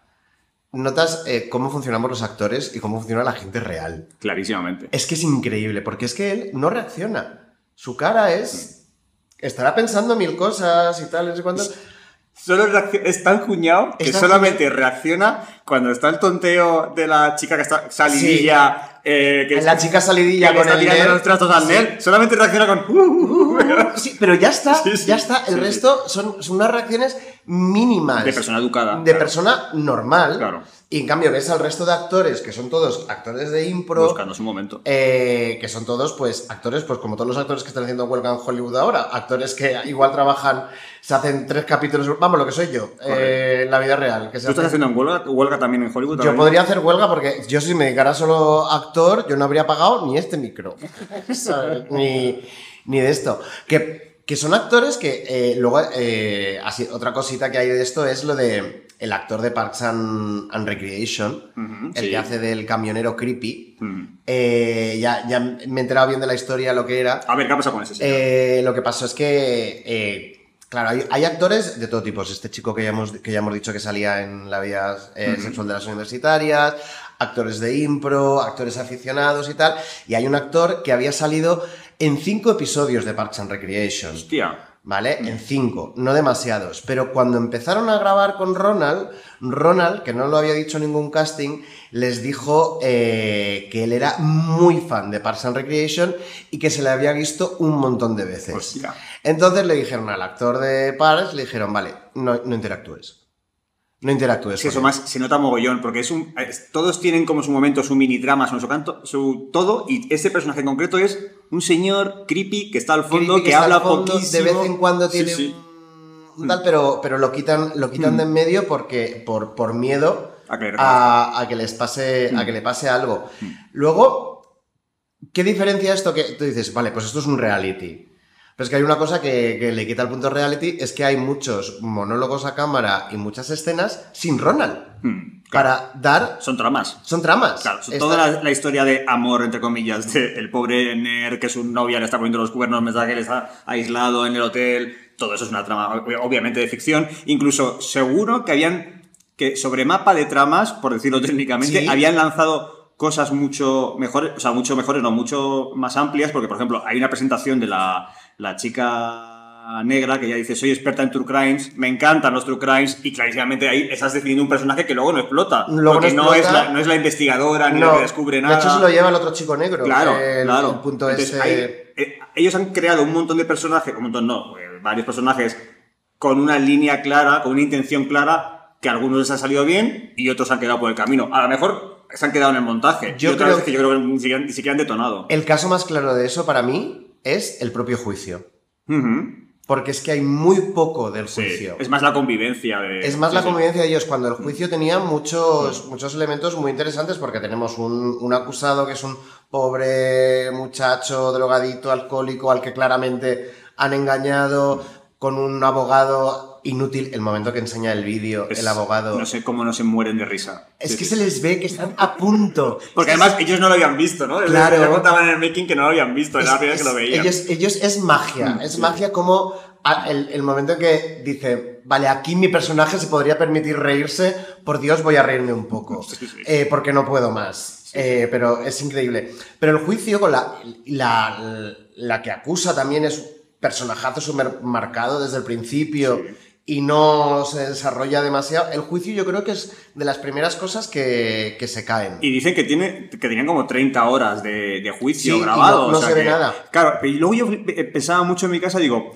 [SPEAKER 1] notas eh, cómo funcionamos los actores y cómo funciona la gente real.
[SPEAKER 2] Clarísimamente.
[SPEAKER 1] Es que es increíble, porque es que él no reacciona. Su cara es... Estará pensando mil cosas y tal, no sé cuánto.
[SPEAKER 2] Solo reacc- es tan cuñado que
[SPEAKER 1] Es tan
[SPEAKER 2] solamente reacciona cuando está el tonteo de la chica que está salidilla. eh, que
[SPEAKER 1] La chica salidilla
[SPEAKER 2] que le
[SPEAKER 1] con
[SPEAKER 2] está
[SPEAKER 1] el
[SPEAKER 2] tirando
[SPEAKER 1] nerd.
[SPEAKER 2] los trastos al
[SPEAKER 1] Sí.
[SPEAKER 2] nerd, solamente reacciona con. "Uh, uh, uh",
[SPEAKER 1] Sí, pero ya está,
[SPEAKER 2] Sí, sí,
[SPEAKER 1] ya está. El
[SPEAKER 2] sí, sí.
[SPEAKER 1] resto Son, son unas reacciones mínimas.
[SPEAKER 2] de persona educada.
[SPEAKER 1] Ah, De
[SPEAKER 2] claro.
[SPEAKER 1] persona normal.
[SPEAKER 2] Claro.
[SPEAKER 1] Y en cambio ves al resto de actores, que son todos actores de impro,
[SPEAKER 2] Buscando su momento.
[SPEAKER 1] eh, que son todos, pues, actores, pues como todos los actores que están haciendo huelga en Hollywood ahora, actores que igual trabajan, se hacen tres capítulos, vamos, lo que soy yo, eh, en la vida real. Que se
[SPEAKER 2] ¿Tú estás
[SPEAKER 1] hacen-
[SPEAKER 2] haciendo en huelga, huelga también en Hollywood?
[SPEAKER 1] Yo
[SPEAKER 2] ahora
[SPEAKER 1] podría hacer huelga porque yo si me dedicara solo a actor, yo no habría pagado ni este micro. ¿sabes? ni, ni de esto. Que, que son actores que eh, luego, eh, así, otra cosita que hay de esto es lo de el actor de Parks and, and Recreation,
[SPEAKER 2] Ujú,
[SPEAKER 1] el
[SPEAKER 2] sí.
[SPEAKER 1] que hace del camionero creepy.
[SPEAKER 2] mismo? Mm.
[SPEAKER 1] Eh, ya, ya me he enterado bien de la historia, lo que era.
[SPEAKER 2] A ver, ¿qué ha pasado con ese señor?
[SPEAKER 1] Eh, lo que pasó es que, eh, claro, hay, hay actores de todo tipo. Es Este chico que ya hemos, que ya hemos dicho que salía en la vida eh, sexual de las universitarias, actores de impro, actores aficionados y tal. Y hay un actor que había salido en cinco episodios de Parks and Recreation.
[SPEAKER 2] Hostia.
[SPEAKER 1] ¿vale? En cinco, no demasiados. Pero cuando empezaron a grabar con Ronald, Ronald, que no lo había dicho en ningún casting, les dijo eh, que él era muy fan de Parks and Recreation y que se le había visto un montón de veces.
[SPEAKER 2] Hostia.
[SPEAKER 1] Entonces le dijeron al actor de Parks, le dijeron, vale, no, no interactúes. No interactúes.
[SPEAKER 2] Es que
[SPEAKER 1] con
[SPEAKER 2] eso
[SPEAKER 1] él".
[SPEAKER 2] más se nota mogollón, porque es un, es- todos tienen como su momento, su mini drama, su, su canto, su todo, y este personaje en concreto es un señor creepy que está al fondo,
[SPEAKER 1] Creepy
[SPEAKER 2] que
[SPEAKER 1] está al
[SPEAKER 2] habla
[SPEAKER 1] fondo,
[SPEAKER 2] poquísimo.
[SPEAKER 1] De vez en cuando
[SPEAKER 2] Sí,
[SPEAKER 1] tiene
[SPEAKER 2] sí. Mm.
[SPEAKER 1] un- un tal, pero, pero lo quitan, lo quitan de en medio porque, por, por miedo
[SPEAKER 2] A que le
[SPEAKER 1] a, a que les pase, a
[SPEAKER 2] Mm.
[SPEAKER 1] que le pase algo. Luego, ¿qué diferencia esto que tú dices? Vale, pues esto es un reality. Pero es que hay una cosa que, que le quita el punto reality, es que hay muchos monólogos a cámara y muchas escenas sin Ronald.
[SPEAKER 2] Hmm,
[SPEAKER 1] Para dar...
[SPEAKER 2] Son tramas.
[SPEAKER 1] Son tramas.
[SPEAKER 2] Claro, son
[SPEAKER 1] Esta-
[SPEAKER 2] toda la, la historia de amor, entre comillas, del pobre Ner, que su novia le está poniendo los cuernos, mientras que él está aislado en el hotel. Todo eso es una trama, ob- obviamente, de ficción. Incluso, seguro que habían, que sobre mapa de tramas, por decirlo técnicamente,
[SPEAKER 1] Sí.
[SPEAKER 2] habían lanzado cosas mucho mejores, o sea, mucho mejores, no, mucho más amplias, porque, por ejemplo, hay una presentación de la, la chica negra que ya dice soy experta en true crimes me encantan los true crimes y clarísimamente ahí estás definiendo un personaje que luego no explota
[SPEAKER 1] Luego no
[SPEAKER 2] porque no, es
[SPEAKER 1] explota.
[SPEAKER 2] la, no es la investigadora ni la que descubre nada
[SPEAKER 1] De hecho, se lo lleva el otro chico negro.
[SPEAKER 2] Claro,
[SPEAKER 1] el,
[SPEAKER 2] claro.
[SPEAKER 1] el punto
[SPEAKER 2] Entonces,
[SPEAKER 1] ese-
[SPEAKER 2] hay- eh, ellos han creado un montón de personajes, un montón no, eh, varios personajes con una línea clara, con una intención clara, que a algunos les ha salido bien y otros han quedado por el camino. A lo mejor se han quedado en el montaje.
[SPEAKER 1] Yo
[SPEAKER 2] y otras
[SPEAKER 1] creo-
[SPEAKER 2] veces que yo creo que ni siquiera, ni siquiera han detonado.
[SPEAKER 1] El caso más claro de eso para mí es el propio juicio.
[SPEAKER 2] Ujú.
[SPEAKER 1] Porque es que hay muy poco del
[SPEAKER 2] Sí.
[SPEAKER 1] Eh, juicio.
[SPEAKER 2] Es más la convivencia. de-
[SPEAKER 1] Es más
[SPEAKER 2] sí,
[SPEAKER 1] la
[SPEAKER 2] sí.
[SPEAKER 1] convivencia de ellos. Cuando el juicio tenía muchos, muchos elementos muy interesantes, porque tenemos un, un acusado que es un pobre muchacho drogadito, alcohólico, al que claramente han engañado, con un abogado inútil. El momento que enseña el vídeo,
[SPEAKER 2] Es-
[SPEAKER 1] el abogado.
[SPEAKER 2] No sé cómo no se mueren de risa.
[SPEAKER 1] Es
[SPEAKER 2] Sí,
[SPEAKER 1] que
[SPEAKER 2] sí.
[SPEAKER 1] se les ve que están a punto.
[SPEAKER 2] Porque además ellos no lo habían visto, ¿no?
[SPEAKER 1] Claro.
[SPEAKER 2] Ya contaban en el making que no lo habían visto, era la primera vez que lo veían.
[SPEAKER 1] Ellos, ellos es magia, es magia como a- el, el momento en que dice, vale, aquí mi personaje se podría permitir reírse, por Dios voy a reírme un poco,
[SPEAKER 2] Sí, sí.
[SPEAKER 1] eh, porque no puedo más. Eh, pero es increíble. Pero el juicio con la, la, la que acusa también es un personajazo súper marcado desde el principio y no se desarrolla demasiado. El juicio yo creo que es de las primeras cosas que, que se caen.
[SPEAKER 2] Y dicen que, tiene, que tenían como 30 horas de, de juicio
[SPEAKER 1] Sí,
[SPEAKER 2] grabado.
[SPEAKER 1] y no- no
[SPEAKER 2] o sea
[SPEAKER 1] se ve
[SPEAKER 2] que-
[SPEAKER 1] nada.
[SPEAKER 2] Claro, y luego yo eh, pensaba mucho en mi casa, digo,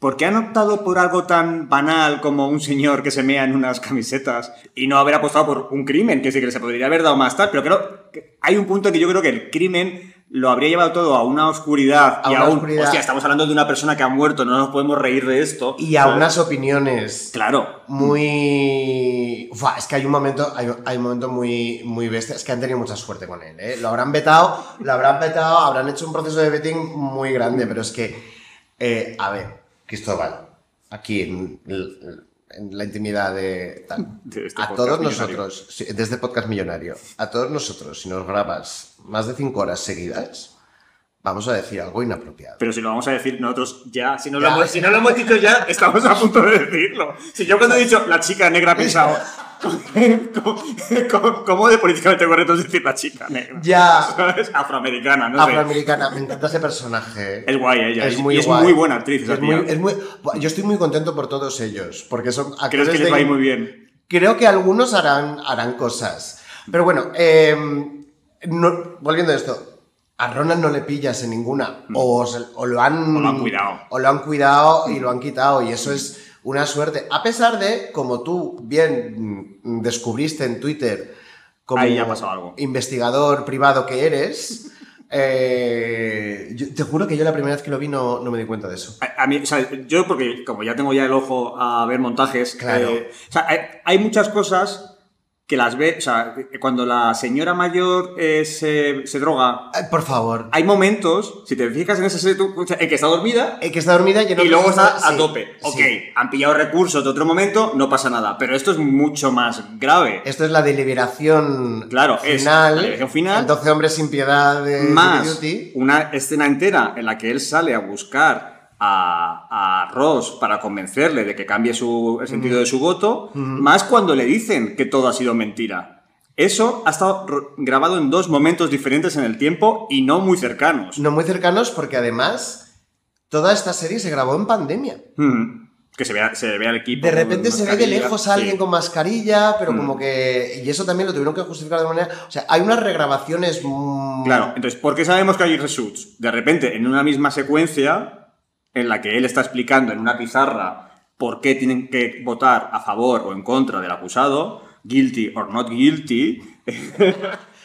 [SPEAKER 2] ¿por qué han optado por algo tan banal como un señor que se mea en unas camisetas y no haber apostado por un crimen? Que sí que se podría haber dado más tarde, pero creo que hay un punto que yo creo que el crimen lo habría llevado todo a una oscuridad
[SPEAKER 1] A
[SPEAKER 2] y
[SPEAKER 1] una
[SPEAKER 2] a un,
[SPEAKER 1] oscuridad.
[SPEAKER 2] hostia, estamos hablando de una persona que ha muerto, no nos podemos reír de esto.
[SPEAKER 1] y a unas opiniones
[SPEAKER 2] Claro.
[SPEAKER 1] muy. Ufua, es que hay un momento, hay, hay un momento muy, muy bestia. Es que han tenido mucha suerte con él, ¿eh? Lo habrán vetado, lo habrán vetado, habrán hecho un proceso de vetting muy grande, pero es que. eh, a ver, Cristóbal, aquí en, en la intimidad de. tal,
[SPEAKER 2] De este
[SPEAKER 1] a
[SPEAKER 2] podcast
[SPEAKER 1] todos
[SPEAKER 2] millonario.
[SPEAKER 1] nosotros, sí, desde Podcast Millonario, a todos nosotros, si nos grabas más de cinco horas seguidas, vamos a decir algo inapropiado.
[SPEAKER 2] Pero si lo vamos a decir nosotros ya, si no, Lo,
[SPEAKER 1] Ya.
[SPEAKER 2] hemos, si no lo hemos dicho ya, estamos a punto de decirlo. Si yo cuando he dicho la chica negra he pensado, ¿cómo, cómo- cómo de políticamente correcto es decir la chica negra?
[SPEAKER 1] Ya.
[SPEAKER 2] ¿Sabes? Afroamericana, no sé.
[SPEAKER 1] afroamericana. Me encanta ese personaje. ¿eh?
[SPEAKER 2] Es guay ella,
[SPEAKER 1] Es
[SPEAKER 2] y-
[SPEAKER 1] muy
[SPEAKER 2] y es
[SPEAKER 1] guay.
[SPEAKER 2] muy buena actriz esa
[SPEAKER 1] Es muy-
[SPEAKER 2] tía.
[SPEAKER 1] es muy- Buah, yo estoy muy contento por todos ellos, porque son
[SPEAKER 2] Creo
[SPEAKER 1] actores
[SPEAKER 2] que les
[SPEAKER 1] de-
[SPEAKER 2] va a ir muy bien.
[SPEAKER 1] Creo que algunos harán, harán cosas. Pero bueno, eh, no- volviendo a esto. A Ronald no le pillas en ninguna. O, se- o lo han...
[SPEAKER 2] Mm. O lo han cuidado. Mm.
[SPEAKER 1] O lo han cuidado y lo han quitado. Y eso es una suerte. A pesar de, como tú bien mm, descubriste en Twitter, como
[SPEAKER 2] Ahí ha pasado algo.
[SPEAKER 1] investigador privado que eres, eh, yo- te juro que yo la primera vez que lo vi no, no me di cuenta de eso.
[SPEAKER 2] A, a mí, o sea, yo porque como ya tengo ya el ojo a ver montajes,
[SPEAKER 1] Claro.
[SPEAKER 2] eh, o sea, hay, hay muchas cosas que las ve, o sea, cuando la señora mayor eh, se- se droga,
[SPEAKER 1] Ay, Eh, por favor.
[SPEAKER 2] hay momentos, si te fijas en ese setu- o sea, en que está dormida
[SPEAKER 1] Eh, que está dormida y, en
[SPEAKER 2] y
[SPEAKER 1] otros
[SPEAKER 2] luego está a
[SPEAKER 1] sí,
[SPEAKER 2] tope.
[SPEAKER 1] sí.
[SPEAKER 2] Ok, han pillado recursos de otro momento, no pasa nada. Pero esto es mucho más grave.
[SPEAKER 1] Esto es la deliberación
[SPEAKER 2] Claro, es
[SPEAKER 1] final.
[SPEAKER 2] la deliberación final.
[SPEAKER 1] el 12 hombres sin piedad de
[SPEAKER 2] más
[SPEAKER 1] Judy Duty.
[SPEAKER 2] una escena entera en la que él sale a buscar a, a Ross para convencerle de que cambie su, el sentido de su voto, más cuando le dicen que todo ha sido mentira. Eso ha estado ro- grabado en dos momentos diferentes en el tiempo y no muy cercanos.
[SPEAKER 1] No muy cercanos porque además Toda esta serie se grabó en pandemia.
[SPEAKER 2] Mm. Que se vea, se vea el equipo.
[SPEAKER 1] De repente
[SPEAKER 2] con
[SPEAKER 1] se ve de
[SPEAKER 2] mascarilla.
[SPEAKER 1] lejos a alguien
[SPEAKER 2] Sí.
[SPEAKER 1] con mascarilla, pero
[SPEAKER 2] Mm.
[SPEAKER 1] como que. Y eso también lo tuvieron que justificar de manera. O sea, hay unas regrabaciones. mm,
[SPEAKER 2] Claro, entonces, ¿por qué sabemos que hay reshoots? De repente, en una misma secuencia, en la que él está explicando en una pizarra por qué tienen que votar a favor o en contra del acusado, guilty or not guilty,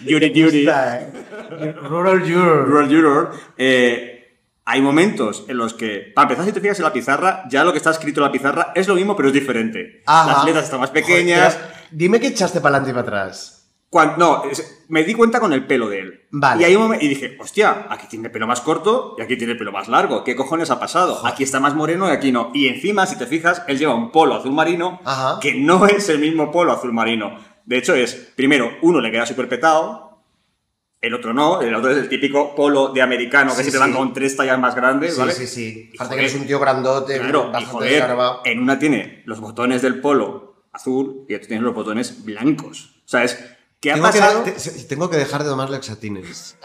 [SPEAKER 2] jury duty,
[SPEAKER 1] está, eh. Rural Juror.
[SPEAKER 2] Rural Juror, eh, hay momentos en los que, para empezar, si te fijas en la pizarra, ya lo que está escrito en la pizarra es lo mismo, pero es diferente.
[SPEAKER 1] Ajá.
[SPEAKER 2] Las letras están más pequeñas.
[SPEAKER 1] Ah. Joder, pero dime que echaste para adelante y para atrás.
[SPEAKER 2] Cuan- no, es- me di cuenta con el pelo de él.
[SPEAKER 1] Vale.
[SPEAKER 2] Y, ahí un momen- y dije, hostia, aquí tiene pelo más corto y aquí tiene pelo más largo. ¿Qué cojones ha pasado? Aquí está más moreno y aquí no. Y encima, si te fijas, él lleva un polo azul marino
[SPEAKER 1] Ajá.
[SPEAKER 2] que no es el mismo polo azul marino. De hecho, es, primero, uno le queda súper petado, el otro no, el otro es el típico polo de americano que
[SPEAKER 1] Sí,
[SPEAKER 2] se te van
[SPEAKER 1] sí.
[SPEAKER 2] con tres tallas más grandes,
[SPEAKER 1] Sí,
[SPEAKER 2] ¿vale?
[SPEAKER 1] sí, sí.
[SPEAKER 2] Y
[SPEAKER 1] Aparte que
[SPEAKER 2] joder,
[SPEAKER 1] eres un tío grandote,
[SPEAKER 2] Claro, y
[SPEAKER 1] bastante
[SPEAKER 2] joder,
[SPEAKER 1] desgarbado.
[SPEAKER 2] en una tiene los botones del polo azul y otro tiene los botones blancos. O sea, es. ¿Qué ha
[SPEAKER 1] Tengo que,
[SPEAKER 2] pasado?
[SPEAKER 1] de- te- tengo que dejar de tomar lexatines.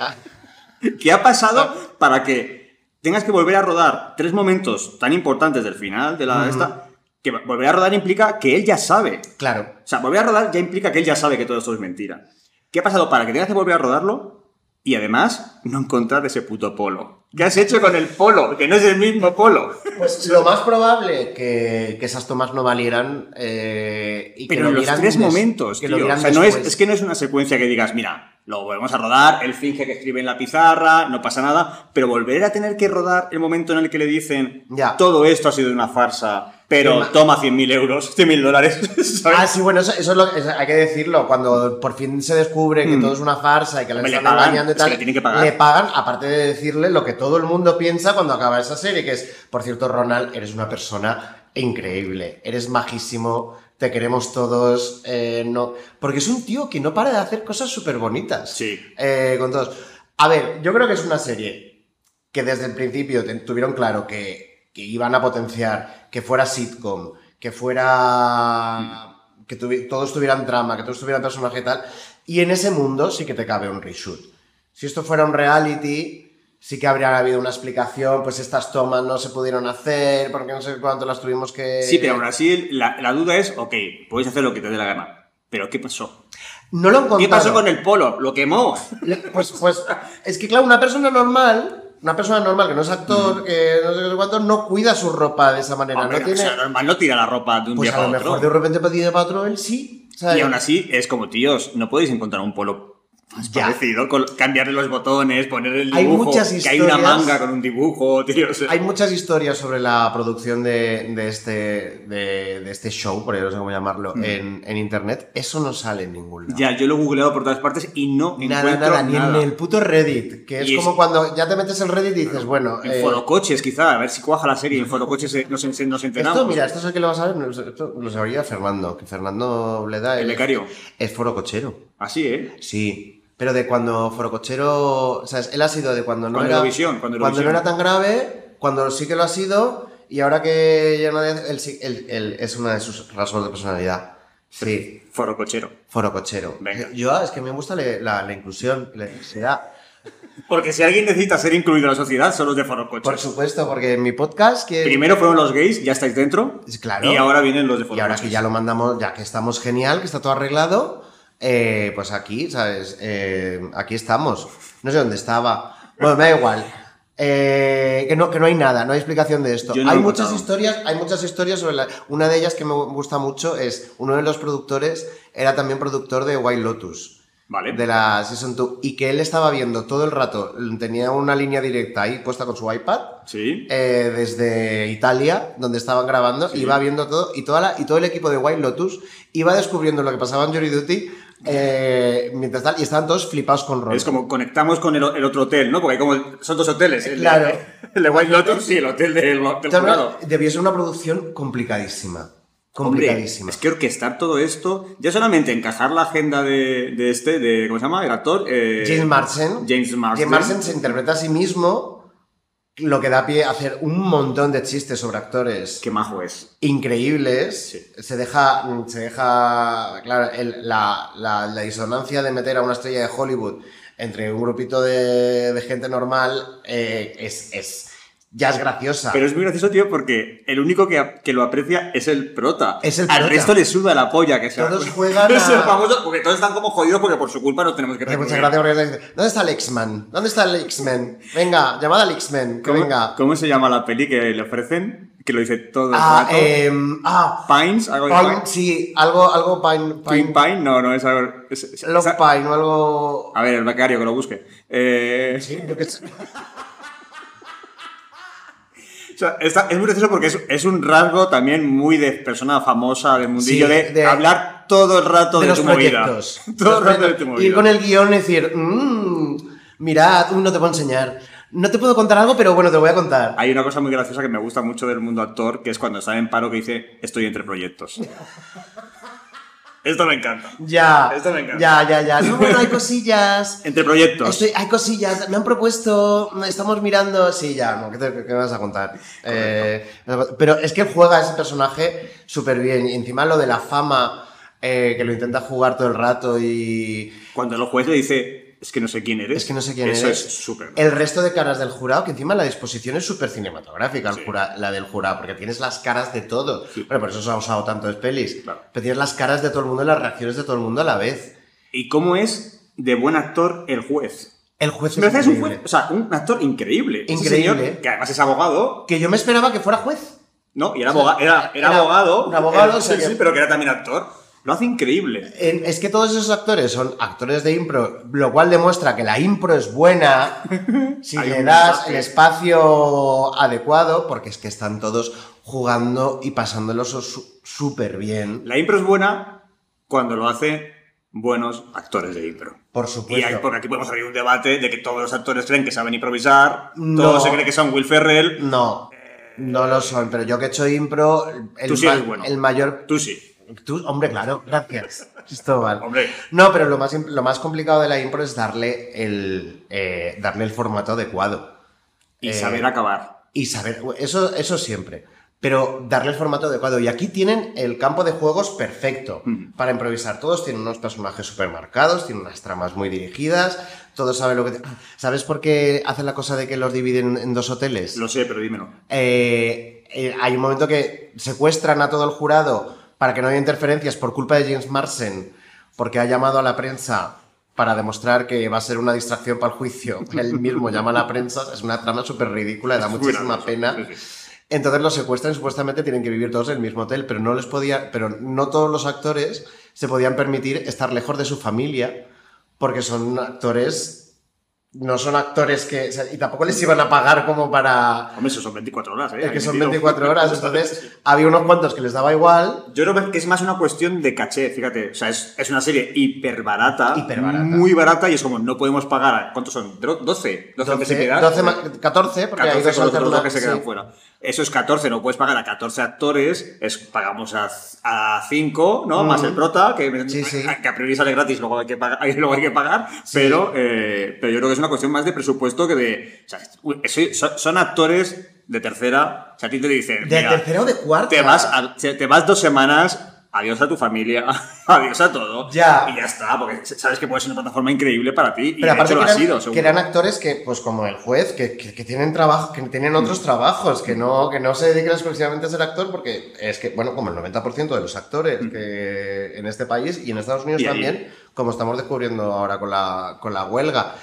[SPEAKER 2] ¿Qué ha pasado para que tengas que volver a rodar tres momentos tan importantes del final de la esta? Que volver a rodar implica que él ya sabe.
[SPEAKER 1] Claro.
[SPEAKER 2] O sea, volver a rodar ya implica que él ya sabe que todo esto es mentira. ¿Qué ha pasado para que tengas que volver a rodarlo? Y además, no encontrar ese puto polo. ¿Qué has hecho con el polo? Que no es el mismo polo.
[SPEAKER 1] Pues lo más probable que, que esas tomas no valieran. eh, y que
[SPEAKER 2] Pero
[SPEAKER 1] lo
[SPEAKER 2] en los
[SPEAKER 1] vieran
[SPEAKER 2] tres
[SPEAKER 1] des-
[SPEAKER 2] momentos,
[SPEAKER 1] que
[SPEAKER 2] tío.
[SPEAKER 1] lo vieran
[SPEAKER 2] O sea, no es,
[SPEAKER 1] después.
[SPEAKER 2] es que no es una secuencia que digas, mira, lo volvemos a rodar, él finge que escribe en la pizarra, no pasa nada, pero volver a tener que rodar el momento en el que le dicen,
[SPEAKER 1] Ya.
[SPEAKER 2] todo esto ha sido una farsa,
[SPEAKER 1] Sí,
[SPEAKER 2] pero
[SPEAKER 1] ma-
[SPEAKER 2] toma 100.000 euros, 100.000 dólares, ¿sabes?
[SPEAKER 1] Ah, sí, bueno, eso, eso es lo que eso hay que decirlo. Cuando por fin se descubre que
[SPEAKER 2] Mm.
[SPEAKER 1] todo es una farsa y que le
[SPEAKER 2] Hombre, le
[SPEAKER 1] están
[SPEAKER 2] pagan,
[SPEAKER 1] engañando y
[SPEAKER 2] es que
[SPEAKER 1] tal,
[SPEAKER 2] le tienen que pagar.
[SPEAKER 1] le pagan, aparte de decirle lo que todo el mundo piensa cuando acaba esa serie, que es, por cierto, Ronald, eres una persona increíble, eres majísimo, te queremos todos, eh, no, porque es un tío que no para de hacer cosas súper bonitas.
[SPEAKER 2] Sí.
[SPEAKER 1] Eh, con todos. A ver, yo creo que es una serie que desde el principio te- tuvieron claro que, que iban a potenciar, que fuera sitcom, que fuera... que tuvi- todos tuvieran trama, que todos tuvieran personaje y tal. Y en ese mundo sí que te cabe un reshoot. Si esto fuera un reality, sí que habría habido una explicación, pues estas tomas no se pudieron hacer, porque no sé cuánto las tuvimos que...
[SPEAKER 2] Sí, pero aún así la, la duda es, ok, podéis hacer lo que te dé la gana, pero ¿qué pasó?
[SPEAKER 1] No lo han
[SPEAKER 2] ¿Qué
[SPEAKER 1] contado.
[SPEAKER 2] pasó con el polo? ¿Lo quemó?
[SPEAKER 1] Le- Pues, pues, es que claro, una persona normal, una persona normal que no es actor, que no sé qué cuánto, no cuida su ropa de esa manera.
[SPEAKER 2] Mm. Hombre,
[SPEAKER 1] no tiene,
[SPEAKER 2] o sea, normal no tira la ropa de un
[SPEAKER 1] pues
[SPEAKER 2] día
[SPEAKER 1] a lo
[SPEAKER 2] para
[SPEAKER 1] mejor
[SPEAKER 2] otro.
[SPEAKER 1] de repente para un día para otro él sí. ¿sabes?
[SPEAKER 2] Y aún así es como, tíos, no podéis encontrar un polo más
[SPEAKER 1] Ya.
[SPEAKER 2] parecido, col- cambiarle los botones, poner el dibujo,
[SPEAKER 1] Hay muchas
[SPEAKER 2] que hay una
[SPEAKER 1] historias-
[SPEAKER 2] manga con un dibujo, tíos.
[SPEAKER 1] Hay muchas historias sobre la producción de, de este, de, de este show, por ahí no sé cómo llamarlo, en, en internet. Eso no sale en ningún lado.
[SPEAKER 2] Mm. Ya, yo lo he googleado por todas partes y no
[SPEAKER 1] Nada,
[SPEAKER 2] encuentro
[SPEAKER 1] nada, ni
[SPEAKER 2] nada.
[SPEAKER 1] en el puto Reddit, que es,
[SPEAKER 2] Y es-
[SPEAKER 1] como cuando ya te metes en Reddit y dices, bueno,
[SPEAKER 2] En
[SPEAKER 1] eh,
[SPEAKER 2] Forocoches, quizá, a ver si cuaja la serie. En Forocoches eh, nos, en- nos enteramos.
[SPEAKER 1] esto, mira, esto es el que lo vas a ver, esto lo sabría Fernando, que Fernando Bleda es-
[SPEAKER 2] El becario.
[SPEAKER 1] es foro cochero.
[SPEAKER 2] Así, ¿eh?
[SPEAKER 1] Sí, pero de cuando Forocochero. O sea, él ha sido de cuando no
[SPEAKER 2] Cuando
[SPEAKER 1] era.
[SPEAKER 2] Eurovisión, cuando
[SPEAKER 1] no
[SPEAKER 2] Eurovisión.
[SPEAKER 1] era tan grave, cuando sí que lo ha sido, y ahora que ya no. Él, sí- él- él es una de sus rasgos de personalidad. Sí,
[SPEAKER 2] Forocochero.
[SPEAKER 1] Forocochero.
[SPEAKER 2] Venga.
[SPEAKER 1] Yo, es que me gusta le- la, la inclusión, la diversidad.
[SPEAKER 2] Porque si alguien necesita ser incluido en la sociedad, son los de
[SPEAKER 1] Por
[SPEAKER 2] Forocoches.
[SPEAKER 1] supuesto, porque en mi podcast. que
[SPEAKER 2] Primero fueron los gays, ya estáis dentro.
[SPEAKER 1] Es claro.
[SPEAKER 2] Y ahora vienen los de
[SPEAKER 1] Y ahora
[SPEAKER 2] Forocoches.
[SPEAKER 1] que ya lo mandamos, ya que estamos genial, que está todo arreglado, eh, pues aquí, ¿sabes? Eh, aquí estamos. No sé dónde estaba. Bueno, me da igual. Eh, que, no, que no hay nada, no hay explicación de esto.
[SPEAKER 2] Yo no
[SPEAKER 1] hay
[SPEAKER 2] lo he
[SPEAKER 1] muchas
[SPEAKER 2] encontrado.
[SPEAKER 1] historias, hay muchas historias sobre la- Una de ellas que me gusta mucho es uno de los productores era también productor de Wild Lotus.
[SPEAKER 2] Vale.
[SPEAKER 1] De la Season 2. Y que él estaba viendo todo el rato, tenía una línea directa ahí puesta con su iPad
[SPEAKER 2] Sí.
[SPEAKER 1] eh, desde Italia, donde estaban grabando, iba viendo todo y, toda la, y todo el equipo de Wild Lotus iba descubriendo lo que pasaba en Jury Duty eh, mientras tal, y estaban todos flipados con Ron.
[SPEAKER 2] Es como conectamos con el, el otro hotel, ¿no? Porque hay como son dos hoteles. El,
[SPEAKER 1] Claro.
[SPEAKER 2] de- El de White Lotus y el hotel del, del
[SPEAKER 1] Entonces,
[SPEAKER 2] jurado.
[SPEAKER 1] debió ser una producción complicadísima.
[SPEAKER 2] Hombre,
[SPEAKER 1] Complicadísima.
[SPEAKER 2] es que orquestar todo esto, ya solamente encajar la agenda de, de este, de, ¿cómo se llama? El actor. eh,
[SPEAKER 1] James Marsden.
[SPEAKER 2] James Marsden.
[SPEAKER 1] se interpreta a sí mismo, lo que da pie a hacer un montón de chistes sobre actores.
[SPEAKER 2] Qué majo es.
[SPEAKER 1] increíbles.
[SPEAKER 2] Sí.
[SPEAKER 1] Se deja, se deja claro, el- la, la- la disonancia de meter a una estrella de Hollywood entre un grupito de, de gente normal eh, es, es ya es graciosa.
[SPEAKER 2] Pero es muy gracioso, tío, porque el único que, que lo aprecia es el prota.
[SPEAKER 1] Es el
[SPEAKER 2] Al
[SPEAKER 1] prota.
[SPEAKER 2] resto le suda la polla que sea.
[SPEAKER 1] Todos juegan
[SPEAKER 2] Es el
[SPEAKER 1] a- pues
[SPEAKER 2] famoso, porque todos están como jodidos porque por su culpa nos tenemos que
[SPEAKER 1] Hace mucha
[SPEAKER 2] recurrir.
[SPEAKER 1] gracia porque le dice, ¿Dónde está el X-Man? ¿Dónde está el X-Men? Venga, llamada al X-Men, que
[SPEAKER 2] ¿Cómo,
[SPEAKER 1] venga.
[SPEAKER 2] cómo se llama la peli que le ofrecen? Que lo dice todo el
[SPEAKER 1] Ah,
[SPEAKER 2] rato.
[SPEAKER 1] eh, ah,
[SPEAKER 2] Pines, algo de
[SPEAKER 1] Pine, sí, algo, algo Pine,
[SPEAKER 2] Twin
[SPEAKER 1] Pine,
[SPEAKER 2] Pine, no, no, es algo. es- es-
[SPEAKER 1] Love
[SPEAKER 2] esa-
[SPEAKER 1] Pine o algo...
[SPEAKER 2] a ver, el becario que lo busque. Eh,
[SPEAKER 1] Sí, yo qué sé.
[SPEAKER 2] o sea, está- es muy gracioso porque es, es un rasgo también muy de persona famosa del mundillo
[SPEAKER 1] Sí,
[SPEAKER 2] de,
[SPEAKER 1] de-
[SPEAKER 2] hablar todo el rato de,
[SPEAKER 1] de los
[SPEAKER 2] tu movida.
[SPEAKER 1] proyectos.
[SPEAKER 2] Todo
[SPEAKER 1] Los
[SPEAKER 2] el rato de tu
[SPEAKER 1] proyectos.
[SPEAKER 2] movida.
[SPEAKER 1] Ir con el guión y decir, mmm, mirad, uh, no te puedo enseñar. No te puedo contar algo, pero bueno, te voy a contar.
[SPEAKER 2] Hay una cosa muy graciosa que me gusta mucho del mundo actor, que es cuando está en paro que dice, estoy entre proyectos. Esto me encanta.
[SPEAKER 1] Ya.
[SPEAKER 2] Esto me encanta.
[SPEAKER 1] Ya, ya, ya. No, bueno, hay cosillas.
[SPEAKER 2] Entre proyectos.
[SPEAKER 1] Estoy- hay cosillas, me han propuesto, estamos mirando. Sí, ya, no, ¿qué, te- qué me vas a contar? Eh, pero es que él juega a ese personaje súper bien. Y encima lo de la fama, eh, que lo intenta jugar todo el rato y.
[SPEAKER 2] Cuando el juez le dice, es que no sé quién eres.
[SPEAKER 1] Es que no sé quién
[SPEAKER 2] Eso
[SPEAKER 1] eres.
[SPEAKER 2] es súper.
[SPEAKER 1] El resto de caras del jurado, que encima la disposición es súper cinematográfica, el
[SPEAKER 2] Sí.
[SPEAKER 1] jura- la del jurado, porque tienes las caras de todo.
[SPEAKER 2] Sí.
[SPEAKER 1] Bueno, por eso se ha usado tanto en pelis.
[SPEAKER 2] Claro.
[SPEAKER 1] Pero tienes las caras de todo el mundo y las reacciones de todo el mundo a la vez.
[SPEAKER 2] ¿Y cómo es de buen actor el juez?
[SPEAKER 1] El juez es
[SPEAKER 2] Me parece un
[SPEAKER 1] increíble.
[SPEAKER 2] juez, o sea, un actor increíble. Ese
[SPEAKER 1] Increíble.
[SPEAKER 2] señor, que además es abogado,
[SPEAKER 1] Que yo me esperaba que fuera juez.
[SPEAKER 2] ¿no? Y era, aboga- era, era
[SPEAKER 1] Era
[SPEAKER 2] abogado.
[SPEAKER 1] un abogado,
[SPEAKER 2] era-
[SPEAKER 1] o sea
[SPEAKER 2] sí,
[SPEAKER 1] que-
[SPEAKER 2] sí, pero que era también actor. Lo hace increíble.
[SPEAKER 1] En- es que todos esos actores son actores de impro, lo cual demuestra que la impro es buena si
[SPEAKER 2] Hay
[SPEAKER 1] le
[SPEAKER 2] un
[SPEAKER 1] das
[SPEAKER 2] mensaje.
[SPEAKER 1] el espacio adecuado, porque es que están todos jugando y pasándolos su- súper bien.
[SPEAKER 2] La impro es buena cuando lo hace buenos actores de impro.
[SPEAKER 1] Por
[SPEAKER 2] Y
[SPEAKER 1] supuesto.
[SPEAKER 2] hay, porque aquí podemos abrir un debate de que todos los actores creen que saben improvisar,
[SPEAKER 1] No.
[SPEAKER 2] todos se creen que son Will Ferrell.
[SPEAKER 1] No, no lo son, pero yo que he hecho impro, el,
[SPEAKER 2] Eh, Tú sí
[SPEAKER 1] ma-
[SPEAKER 2] eres bueno.
[SPEAKER 1] el mayor...
[SPEAKER 2] Tú sí.
[SPEAKER 1] Tú, hombre, claro, gracias, Cristóbal.
[SPEAKER 2] Hombre.
[SPEAKER 1] No, pero lo más, imp- lo más complicado de la impro es darle el, eh, darle el formato adecuado.
[SPEAKER 2] Y
[SPEAKER 1] Eh,
[SPEAKER 2] saber acabar.
[SPEAKER 1] Y saber, eso, eso siempre. Pero darle el formato adecuado. Y aquí tienen el campo de juegos perfecto
[SPEAKER 2] Mm.
[SPEAKER 1] para improvisar. Todos tienen unos personajes súper marcados, tienen unas tramas muy dirigidas, todos saben lo que... te- Ah, ¿Sabes por qué hacen la cosa de que los dividen en dos hoteles?
[SPEAKER 2] Lo sé, pero dímelo.
[SPEAKER 1] Eh, eh, hay un momento que secuestran a todo el jurado para que no haya interferencias por culpa de James Marsden, porque ha llamado a la prensa para demostrar que va a ser una distracción para el juicio. Él mismo llama a la prensa, es una trama súper ridícula, da
[SPEAKER 2] Es muy
[SPEAKER 1] muchísima
[SPEAKER 2] gracioso.
[SPEAKER 1] pena.
[SPEAKER 2] Sí, sí.
[SPEAKER 1] Entonces los secuestran y supuestamente tienen que vivir todos en el mismo hotel, pero no les podía, pero no todos los actores se podían permitir estar lejos de su familia porque son actores, no son actores que o sea, y tampoco les iban a pagar como para
[SPEAKER 2] Hombre, eso son 24 horas, ¿eh?
[SPEAKER 1] es que
[SPEAKER 2] Hay
[SPEAKER 1] son
[SPEAKER 2] metido.
[SPEAKER 1] 24 horas, entonces había unos cuantos que les daba igual.
[SPEAKER 2] Yo creo que es más una cuestión de caché, fíjate. O sea, es, es una serie hiper barata,
[SPEAKER 1] Hiperbarata.
[SPEAKER 2] muy barata, y es como no podemos pagar. ¿Cuántos son? Dro- ¿12? 12, que se
[SPEAKER 1] 12,
[SPEAKER 2] quedan.
[SPEAKER 1] 12 ma- 14, porque hay
[SPEAKER 2] 14
[SPEAKER 1] dos
[SPEAKER 2] con los otros dos que se
[SPEAKER 1] alternativas,
[SPEAKER 2] quedan
[SPEAKER 1] sí.
[SPEAKER 2] fuera. Eso es 14, no puedes pagar a 14 actores, es, pagamos a, a 5, ¿no? Más el prota, que,
[SPEAKER 1] Mm. Sí, sí.
[SPEAKER 2] que a priori sale gratis, luego hay que pagar, luego hay que pagar pero, eh, pero yo creo que es una cuestión más de presupuesto que de... o sea, eso- son, son actores de tercera, o sea, a ti te dicen...
[SPEAKER 1] De
[SPEAKER 2] mira,
[SPEAKER 1] tercero o de cuarto.
[SPEAKER 2] te vas, a- te te vas dos semanas, adiós a tu familia, adiós a todo.
[SPEAKER 1] Ya.
[SPEAKER 2] Y ya está, porque sabes que puede ser una plataforma increíble para ti. Y
[SPEAKER 1] Pero
[SPEAKER 2] de hecho
[SPEAKER 1] aparte
[SPEAKER 2] lo
[SPEAKER 1] que
[SPEAKER 2] ha
[SPEAKER 1] eran,
[SPEAKER 2] sido,
[SPEAKER 1] que
[SPEAKER 2] seguro.
[SPEAKER 1] eran actores que, pues como el juez, que, que- que tienen trabajo, que tienen
[SPEAKER 2] Mm.
[SPEAKER 1] otros trabajos, que no, que no se dedican exclusivamente a ser actor, porque es que, bueno, como el 90% de los actores que en este país y en Estados Unidos
[SPEAKER 2] Mm. Y ahí-
[SPEAKER 1] también, como estamos descubriendo ahora con la, con la huelga.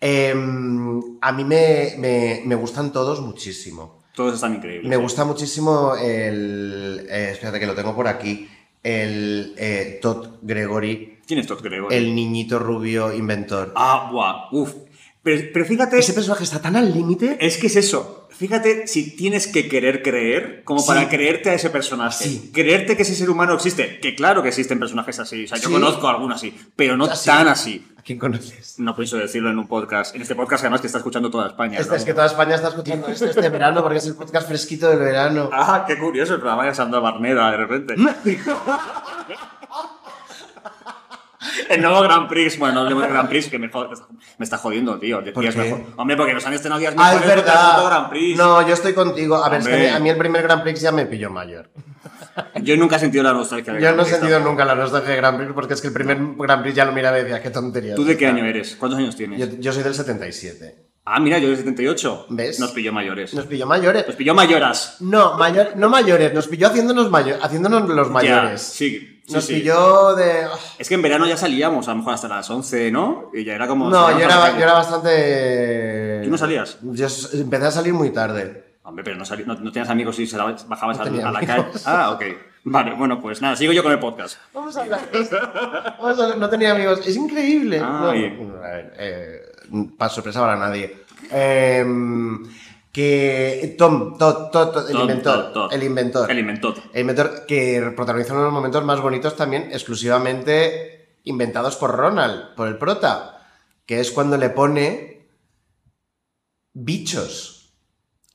[SPEAKER 1] Em, a mí me- me- me gustan todos muchísimo.
[SPEAKER 2] Todos están increíbles.
[SPEAKER 1] Me
[SPEAKER 2] sí.
[SPEAKER 1] gusta muchísimo el. eh, espérate que lo tengo por aquí. El eh, Todd Gregory,
[SPEAKER 2] ¿Quién es Todd Gregory?
[SPEAKER 1] el niñito rubio inventor.
[SPEAKER 2] eh. Ah, buah, uff. Pero, pero fíjate,
[SPEAKER 1] Ese personaje está tan al límite.
[SPEAKER 2] es que es eso. Fíjate si tienes que querer creer como
[SPEAKER 1] Sí.
[SPEAKER 2] para creerte a ese personaje.
[SPEAKER 1] Sí.
[SPEAKER 2] Creerte que ese ser humano existe. Que claro que existen personajes así. O sea, yo
[SPEAKER 1] Sí. Ah,
[SPEAKER 2] conozco algunos así, pero no
[SPEAKER 1] Así.
[SPEAKER 2] tan así.
[SPEAKER 1] ¿A quién conoces?
[SPEAKER 2] No pienso decirlo en un podcast. En este podcast, además, que está escuchando toda España.
[SPEAKER 1] Este
[SPEAKER 2] ¿no?
[SPEAKER 1] es que toda España está escuchando esto este verano porque es el podcast fresquito del verano.
[SPEAKER 2] Ah, qué curioso, el programa de Sandra Barneda, de repente. El nuevo Grand Prix, bueno, no hablemos de Grand Prix, que me, jod- me está jodiendo, tío.
[SPEAKER 1] ¿Por
[SPEAKER 2] días
[SPEAKER 1] qué?
[SPEAKER 2] mejor. Hombre, porque nos han estrenado días
[SPEAKER 1] Ah,
[SPEAKER 2] mejores
[SPEAKER 1] es
[SPEAKER 2] contra el puto
[SPEAKER 1] verdad.
[SPEAKER 2] Grand Prix.
[SPEAKER 1] No, yo estoy contigo. A ver, es que a mí-
[SPEAKER 2] Hombre.
[SPEAKER 1] a mí el primer Grand Prix ya me pilló mayor.
[SPEAKER 2] Yo nunca he sentido la nostalgia. del
[SPEAKER 1] Yo
[SPEAKER 2] Grand
[SPEAKER 1] no he
[SPEAKER 2] Prix,
[SPEAKER 1] sentido
[SPEAKER 2] tampoco.
[SPEAKER 1] nunca la nostalgia de Grand Prix porque es que el primer Grand Prix ya lo miraba y decía, qué tontería.
[SPEAKER 2] ¿Tú de qué año eres? ¿Cuántos años tienes?
[SPEAKER 1] Yo, yo soy del 77.
[SPEAKER 2] Ah, mira, yo del 78.
[SPEAKER 1] ¿Ves?
[SPEAKER 2] Nos pilló mayores.
[SPEAKER 1] Nos pilló mayores.
[SPEAKER 2] Nos pilló mayoras.
[SPEAKER 1] No, mayor, no mayores, nos pilló haciéndonos, mayo- haciéndonos los
[SPEAKER 2] Ya,
[SPEAKER 1] mayores.
[SPEAKER 2] sí. sí,
[SPEAKER 1] nos
[SPEAKER 2] sí.
[SPEAKER 1] pilló de. ah,
[SPEAKER 2] Es que en verano ya salíamos, a lo mejor hasta las 11, ¿no? Y ya era como.
[SPEAKER 1] No, yo
[SPEAKER 2] salíamos a la
[SPEAKER 1] era,
[SPEAKER 2] calle.
[SPEAKER 1] yo era bastante.
[SPEAKER 2] ¿Tú no salías?
[SPEAKER 1] Yo s- empecé a salir muy tarde.
[SPEAKER 2] Hombre, pero no, salí- no- no tenías amigos y se la- bajabas
[SPEAKER 1] No
[SPEAKER 2] a-
[SPEAKER 1] tenía
[SPEAKER 2] a la calle.
[SPEAKER 1] amigos.
[SPEAKER 2] Ah, ok. Vale, bueno, pues nada, sigo yo con el podcast.
[SPEAKER 1] Vamos a hablar de esto. Vamos a hablar- No tenía amigos. Es increíble. No,
[SPEAKER 2] Ay.
[SPEAKER 1] no, a ver, eh, para sorpresa para nadie. Em, que Tom, Todd, Todd, Todd, el
[SPEAKER 2] Todd,
[SPEAKER 1] inventor.
[SPEAKER 2] Todd, Todd.
[SPEAKER 1] El inventor.
[SPEAKER 2] El inventor.
[SPEAKER 1] El inventor que protagoniza uno de los momentos más bonitos también, exclusivamente inventados por Ronald, por el prota, que es cuando le pone bichos.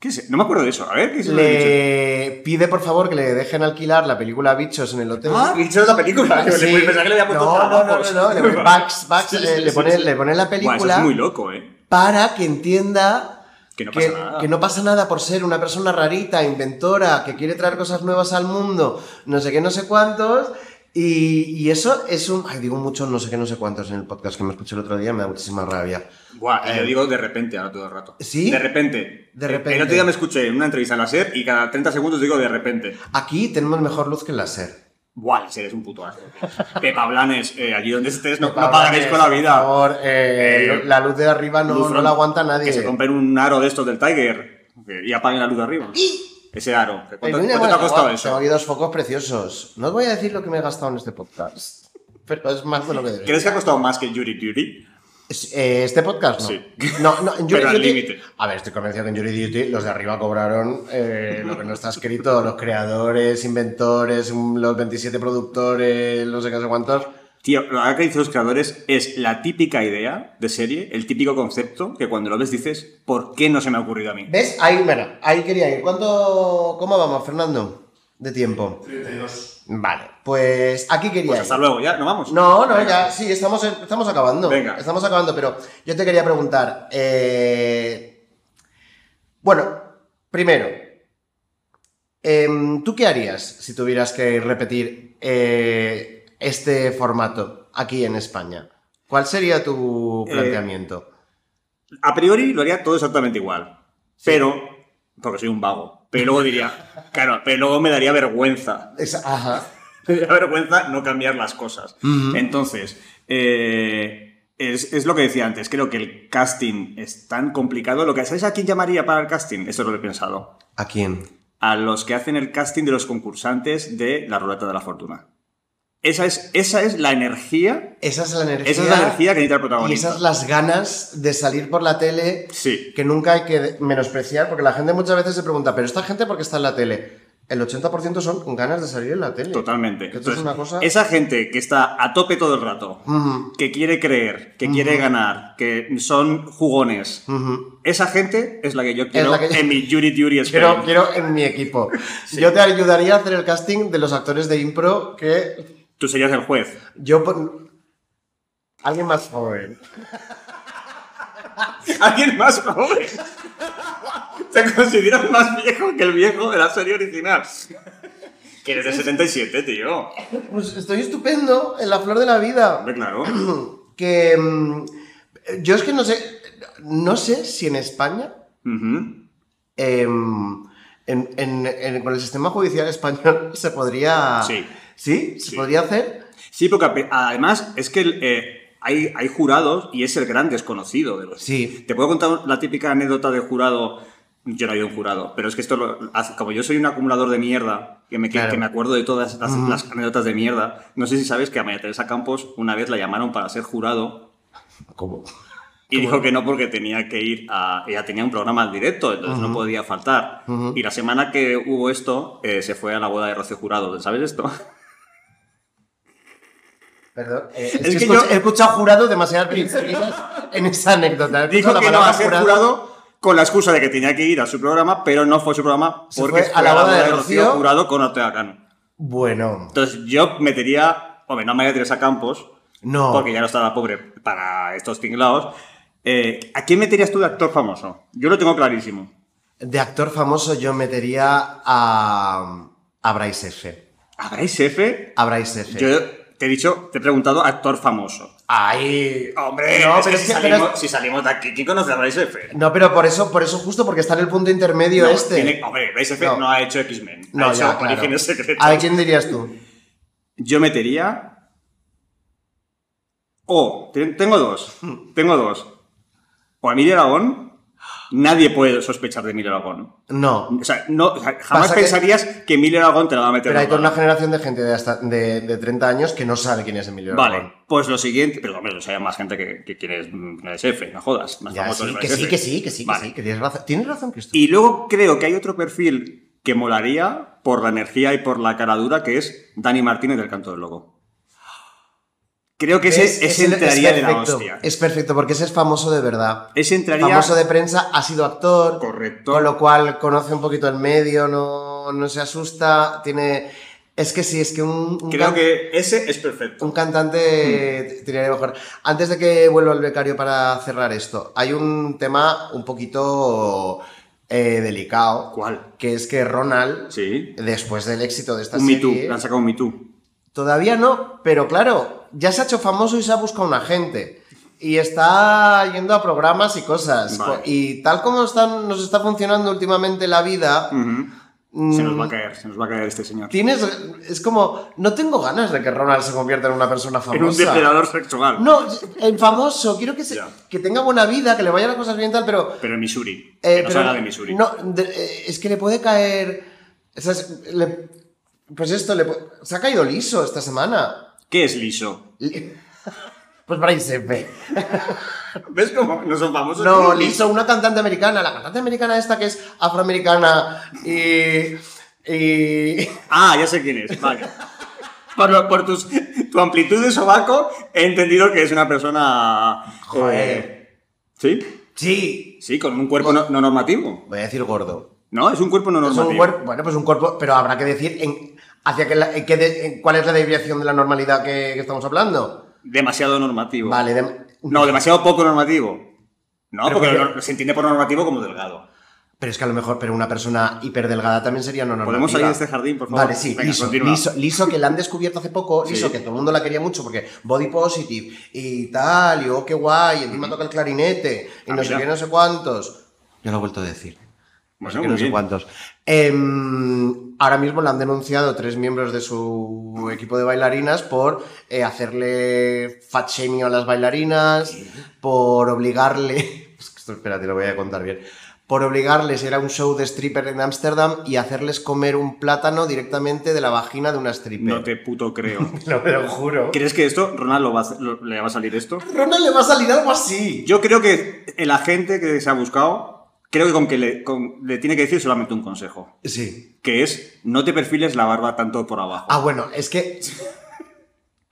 [SPEAKER 2] ¿Qué es? No me acuerdo de eso. A ver, ¿qué es eso?
[SPEAKER 1] Le pide por favor que le dejen alquilar la película Bichos en el hotel.
[SPEAKER 2] Ah, bicho es la película.
[SPEAKER 1] Sí.
[SPEAKER 2] Pensaba que le había puesto
[SPEAKER 1] no, no, no, no,
[SPEAKER 2] trabajos.
[SPEAKER 1] no, le pone Bugs, Bugs,
[SPEAKER 2] Sí, sí,
[SPEAKER 1] eh,
[SPEAKER 2] sí,
[SPEAKER 1] le,
[SPEAKER 2] sí,
[SPEAKER 1] pone,
[SPEAKER 2] sí.
[SPEAKER 1] le pone la
[SPEAKER 2] Buah, eso
[SPEAKER 1] película
[SPEAKER 2] es muy loco, ¿eh?
[SPEAKER 1] para que entienda
[SPEAKER 2] Que no
[SPEAKER 1] que,
[SPEAKER 2] pasa nada.
[SPEAKER 1] que no pasa nada por ser una persona rarita, inventora, que quiere traer cosas nuevas al mundo, no sé qué, no sé cuántos. Y, y eso es un. Ay, digo mucho no sé qué, no sé cuántos en el podcast que me escuché el otro día, me da muchísima rabia.
[SPEAKER 2] Buah, y
[SPEAKER 1] Eh.
[SPEAKER 2] yo digo de repente ahora todo el rato.
[SPEAKER 1] ¿Sí?
[SPEAKER 2] De repente. Eh,
[SPEAKER 1] De
[SPEAKER 2] El-
[SPEAKER 1] repente.
[SPEAKER 2] El otro día me escuché en una entrevista en la SER y cada 30 segundos digo de repente.
[SPEAKER 1] Aquí tenemos mejor luz que el láser.
[SPEAKER 2] Buah, la SER es un puto asco. Pepa Blanes, eh, allí donde estés, no, no
[SPEAKER 1] Pablo,
[SPEAKER 2] pagaréis con la vida.
[SPEAKER 1] Por favor, eh,
[SPEAKER 2] Eh,
[SPEAKER 1] la luz de arriba no,
[SPEAKER 2] Luz
[SPEAKER 1] no la aguanta nadie.
[SPEAKER 2] Que se compren un aro de estos del Tiger que- y apaguen la luz de arriba. Ese aro. que
[SPEAKER 1] Ay,
[SPEAKER 2] ¿Cuánto,
[SPEAKER 1] Eh, mira,
[SPEAKER 2] cuánto te ha
[SPEAKER 1] bueno,
[SPEAKER 2] costado
[SPEAKER 1] guau, Tengo
[SPEAKER 2] eso?
[SPEAKER 1] aquí dos focos preciosos. No os voy a decir lo que me he gastado en este podcast, pero es más de lo que debería.
[SPEAKER 2] ¿Crees que ha costado más que Yuri Duty?
[SPEAKER 1] Es- eh, ¿Este podcast no?
[SPEAKER 2] Sí.
[SPEAKER 1] No, no, en Jury
[SPEAKER 2] Pero al
[SPEAKER 1] Duty-
[SPEAKER 2] límite.
[SPEAKER 1] A ver, estoy convencido que en Jury Duty los de arriba cobraron eh, lo que no está escrito. los creadores, inventores, mm, los 27 productores, los de qué sé cuántos.
[SPEAKER 2] Tío, lo que dicen los creadores es la típica idea de serie, el típico concepto que cuando lo ves dices, ¿por qué no se me ha ocurrido a mí?
[SPEAKER 1] ¿Ves? Ahí, bueno, ahí quería ir. ¿Cuánto, ¿Cómo vamos, Fernando? De tiempo.
[SPEAKER 3] 32.
[SPEAKER 1] Vale, pues aquí quería
[SPEAKER 2] Pues
[SPEAKER 1] ir.
[SPEAKER 2] hasta luego, ya, ¿no vamos?
[SPEAKER 1] No, no, ya, sí, estamos, estamos acabando.
[SPEAKER 2] Venga.
[SPEAKER 1] Estamos acabando, pero yo te quería preguntar. eh, bueno, primero, em, ¿tú qué harías si tuvieras que repetir eh, este formato aquí en España? ¿Cuál sería tu
[SPEAKER 2] Eh,
[SPEAKER 1] planteamiento?
[SPEAKER 2] A priori lo haría todo exactamente igual. Pero, porque soy un vago. Pero luego diría, claro, pero luego me daría vergüenza.
[SPEAKER 1] Es- ajá.
[SPEAKER 2] Me da vergüenza no cambiar las cosas.
[SPEAKER 1] Ujú.
[SPEAKER 2] Entonces, eh, es, es lo que decía antes. Creo que el casting es tan complicado. Lo que ¿Sabéis a quién llamaría para el casting? Esto es lo que he pensado.
[SPEAKER 1] ¿A quién?
[SPEAKER 2] A los que hacen el casting de los concursantes de la ruleta de la fortuna. Esa es, esa es la energía.
[SPEAKER 1] Esa es la energía.
[SPEAKER 2] Esa es la energía que necesita el
[SPEAKER 1] Y
[SPEAKER 2] protagonista.
[SPEAKER 1] esas las ganas de salir por la tele
[SPEAKER 2] Sí.
[SPEAKER 1] que nunca hay que menospreciar, porque la gente muchas veces se pregunta, pero esta gente por qué está en la tele? El 80% son ganas de salir en la tele.
[SPEAKER 2] Totalmente.
[SPEAKER 1] Esto es una cosa...
[SPEAKER 2] Esa gente que está a tope todo el rato,
[SPEAKER 1] Ujú,
[SPEAKER 2] que quiere creer, que quiere ganar, que son jugones,
[SPEAKER 1] ujú.
[SPEAKER 2] Esa gente es la que yo quiero
[SPEAKER 1] la que yo-
[SPEAKER 2] en mi Jury Duty Spain.
[SPEAKER 1] Quiero, quiero en mi equipo. Yo te ayudaría a hacer el casting de los actores de impro que
[SPEAKER 2] Tú serías el juez.
[SPEAKER 1] yo... pon- Alguien más joven.
[SPEAKER 2] ¿Alguien más joven? Te consideras más viejo que el viejo de la serie original. Que eres de 77, tío.
[SPEAKER 1] Pues estoy estupendo, en la flor de la vida.
[SPEAKER 2] Hombre, claro.
[SPEAKER 1] Que... mm, Yo es que no sé... No sé si en España
[SPEAKER 2] Ujú.
[SPEAKER 1] em, en- en- en- con el sistema judicial español se podría.
[SPEAKER 2] Sí.
[SPEAKER 1] ¿Sí? ¿Se
[SPEAKER 2] Sí.
[SPEAKER 1] podría hacer?
[SPEAKER 2] Sí, porque ape- además es que el, eh, hay, hay jurados y es el gran desconocido de los...
[SPEAKER 1] Sí.
[SPEAKER 2] Te puedo contar la típica anécdota de jurado. Yo no he ido a un jurado, pero es que esto, lo- hace- como yo soy un acumulador de mierda, que me, que-
[SPEAKER 1] Claro.
[SPEAKER 2] que me acuerdo de todas las, las anécdotas de mierda, no sé si sabes que a María Teresa Campos una vez la llamaron para ser jurado
[SPEAKER 1] ¿Cómo?
[SPEAKER 2] y dijo que no porque tenía que ir a... Ella tenía un programa al directo, entonces no podía faltar. Y la semana que hubo esto, eh, se fue a la boda de Rocío Jurado. ¿Sabes esto?
[SPEAKER 1] Perdón. eh, es,
[SPEAKER 2] Es
[SPEAKER 1] que,
[SPEAKER 2] que
[SPEAKER 1] escucha-
[SPEAKER 2] yo-
[SPEAKER 1] he escuchado jurado demasiadas veces en esa anécdota. He
[SPEAKER 2] Dijo
[SPEAKER 1] escuchado la
[SPEAKER 2] que no va a
[SPEAKER 1] palabra
[SPEAKER 2] ser jurado, con la excusa de que tenía que ir a su programa, pero no fue a su programa
[SPEAKER 1] Se
[SPEAKER 2] porque
[SPEAKER 1] fue a la boda de Rocío.
[SPEAKER 2] Jurado con Ortega Cano.
[SPEAKER 1] Bueno,
[SPEAKER 2] Entonces yo metería, hombre, no a María Teresa Campos,
[SPEAKER 1] no.
[SPEAKER 2] porque ya no estaba pobre para estos tinglados. Eh, ¿A quién meterías tú de actor famoso? Yo lo tengo clarísimo.
[SPEAKER 1] De actor famoso yo metería a. a Bryce F.
[SPEAKER 2] ¿A Bryce F?
[SPEAKER 1] A Bryce F.
[SPEAKER 2] Yo te he dicho, te he preguntado actor famoso.
[SPEAKER 1] Ay,
[SPEAKER 2] Hombre,
[SPEAKER 1] no,
[SPEAKER 2] es
[SPEAKER 1] pero
[SPEAKER 2] que
[SPEAKER 1] es
[SPEAKER 2] si,
[SPEAKER 1] que-
[SPEAKER 2] salimos,
[SPEAKER 1] pero es-
[SPEAKER 2] si salimos de aquí, ¿quién conoce a Rise F?
[SPEAKER 1] No, pero por eso, por eso justo, porque está en el punto intermedio
[SPEAKER 2] No,
[SPEAKER 1] este.
[SPEAKER 2] tiene- hombre, Rise F no.
[SPEAKER 1] No.
[SPEAKER 2] ha hecho X-Men.
[SPEAKER 1] No,
[SPEAKER 2] ha hecho
[SPEAKER 1] ya, claro.
[SPEAKER 2] Orígenes Secretos.
[SPEAKER 1] ¿A quién dirías tú?
[SPEAKER 2] Yo metería. O. te- tengo dos. Tengo dos. O a Emilio Aragón. Nadie puede sospechar de Emilio Aragón.
[SPEAKER 1] No.
[SPEAKER 2] O sea, no, o sea, jamás
[SPEAKER 1] Pasa que-
[SPEAKER 2] pensarías que... Emilio Aragón te la va a meter.
[SPEAKER 1] Pero hay toda
[SPEAKER 2] doblada.
[SPEAKER 1] una generación de gente de, hasta, de, de 30 años que no sabe quién es Emilio
[SPEAKER 2] Vale,
[SPEAKER 1] Aragón.
[SPEAKER 2] pues lo siguiente. Pero hombre, lo sabe más gente que, que quieres SF, no jodas. Más
[SPEAKER 1] Ya,
[SPEAKER 2] famoso
[SPEAKER 1] sí,
[SPEAKER 2] es
[SPEAKER 1] que
[SPEAKER 2] SF.
[SPEAKER 1] sí, que sí, que sí, que
[SPEAKER 2] Vale.
[SPEAKER 1] sí, que tienes razón. Tienes razón, Cristóbal.
[SPEAKER 2] Y luego creo que hay otro perfil que molaría por la energía y por la cara dura, que es Dani Martínez del Canto del Loco. Creo que ese,
[SPEAKER 1] Es-
[SPEAKER 2] ese
[SPEAKER 1] es el- es
[SPEAKER 2] entraría de la
[SPEAKER 1] perfecto,
[SPEAKER 2] hostia.
[SPEAKER 1] Es perfecto, porque ese es famoso de verdad.
[SPEAKER 2] Ese entraría.
[SPEAKER 1] Famoso de prensa, ha sido actor.
[SPEAKER 2] Correcto.
[SPEAKER 1] Con lo cual conoce un poquito el medio, no, no se asusta, tiene... Es que sí, es que un... un
[SPEAKER 2] Creo
[SPEAKER 1] can-
[SPEAKER 2] que Mm. ese es perfecto.
[SPEAKER 1] Un cantante tiraría mejor. Antes de que vuelva el becario para cerrar esto, hay un tema un poquito eh, delicado.
[SPEAKER 2] ¿Cuál?
[SPEAKER 1] Que es que Ronald,
[SPEAKER 2] Sí.
[SPEAKER 1] después del éxito de esta
[SPEAKER 2] Un Me Too.
[SPEAKER 1] serie,
[SPEAKER 2] Le han sacado un Me Too.
[SPEAKER 1] todavía no, pero claro, ya se ha hecho famoso y se ha buscado un agente. Y está yendo a programas y cosas.
[SPEAKER 2] Vale.
[SPEAKER 1] Y tal como están, nos está funcionando últimamente la vida,
[SPEAKER 2] Ujú. Se nos
[SPEAKER 1] mm,
[SPEAKER 2] va a caer, se nos va a caer este señor.
[SPEAKER 1] Tienes, es como, no tengo ganas de que Ronald se convierta en una persona famosa.
[SPEAKER 2] En un depredador sexual.
[SPEAKER 1] No, en famoso, quiero que, se-
[SPEAKER 2] Ya.
[SPEAKER 1] que tenga buena vida, que le vayan las cosas bien y tal, pero...
[SPEAKER 2] Pero en Missouri.
[SPEAKER 1] eh,
[SPEAKER 2] que no
[SPEAKER 1] pero-
[SPEAKER 2] se habla de Missouri.
[SPEAKER 1] no, de- eh, es que le puede caer... o sea, es- le- pues esto, le, pu- se ha caído liso esta semana.
[SPEAKER 2] ¿Qué es liso?
[SPEAKER 1] Li- Pues para Sepe.
[SPEAKER 2] ¿Ves cómo no son famosos?
[SPEAKER 1] No, liso, una cantante americana, la cantante americana esta que es afroamericana y... y
[SPEAKER 2] Ah, ya sé quién es. Vale. Por, lo- por tus, tu amplitud de sobaco, he entendido que es una persona. eh,
[SPEAKER 1] Joder.
[SPEAKER 2] ¿Sí?
[SPEAKER 1] sí,
[SPEAKER 2] Sí, con un cuerpo no, no normativo.
[SPEAKER 1] voy a decir gordo.
[SPEAKER 2] No, es un cuerpo no
[SPEAKER 1] Es un
[SPEAKER 2] normativo.
[SPEAKER 1] cuerpo- bueno, pues un cuerpo, pero habrá que decir en, hacia qué la- en qué de- en cuál es la desviación de la normalidad que, que estamos hablando.
[SPEAKER 2] Demasiado normativo.
[SPEAKER 1] Vale, de-
[SPEAKER 2] No, demasiado poco normativo. No,
[SPEAKER 1] Pero
[SPEAKER 2] porque
[SPEAKER 1] porque-
[SPEAKER 2] lo- se entiende por normativo como delgado.
[SPEAKER 1] pero es que a lo mejor, pero una persona hiperdelgada también sería no normativa.
[SPEAKER 2] ¿Podemos salir de este jardín, por favor?
[SPEAKER 1] Vale, sí,
[SPEAKER 2] Venga,
[SPEAKER 1] liso,
[SPEAKER 2] continúa.
[SPEAKER 1] liso, liso, que la han descubierto hace poco, liso,
[SPEAKER 2] Sí.
[SPEAKER 1] que todo el mundo la quería mucho porque body positive y tal, y oh, qué guay, encima toca el clarinete, y
[SPEAKER 2] Ah,
[SPEAKER 1] no sé
[SPEAKER 2] mira.
[SPEAKER 1] qué, no sé cuántos. Yo lo he vuelto a decir.
[SPEAKER 2] Bueno,
[SPEAKER 1] que
[SPEAKER 2] Pues muy
[SPEAKER 1] no sé
[SPEAKER 2] bien.
[SPEAKER 1] cuántos. Em, ahora mismo le han denunciado tres miembros de su equipo de bailarinas por eh, hacerle fat shaming a las bailarinas, por obligarle. Es que esto, espérate, lo voy a contar bien. Por obligarles a ir a un show de stripper en Ámsterdam y hacerles comer un plátano directamente de la vagina de una stripper.
[SPEAKER 2] No te puto creo.
[SPEAKER 1] No, te lo juro.
[SPEAKER 2] ¿Crees que esto, Ronald, lo va a hacer- lo- le va a salir esto?
[SPEAKER 1] Ronald le va a salir algo así.
[SPEAKER 2] Yo creo que el agente que se ha buscado, creo que con que le, con- le tiene que decir solamente un consejo,
[SPEAKER 1] Sí.
[SPEAKER 2] que es no te perfiles la barba tanto por abajo.
[SPEAKER 1] Ah, bueno, es que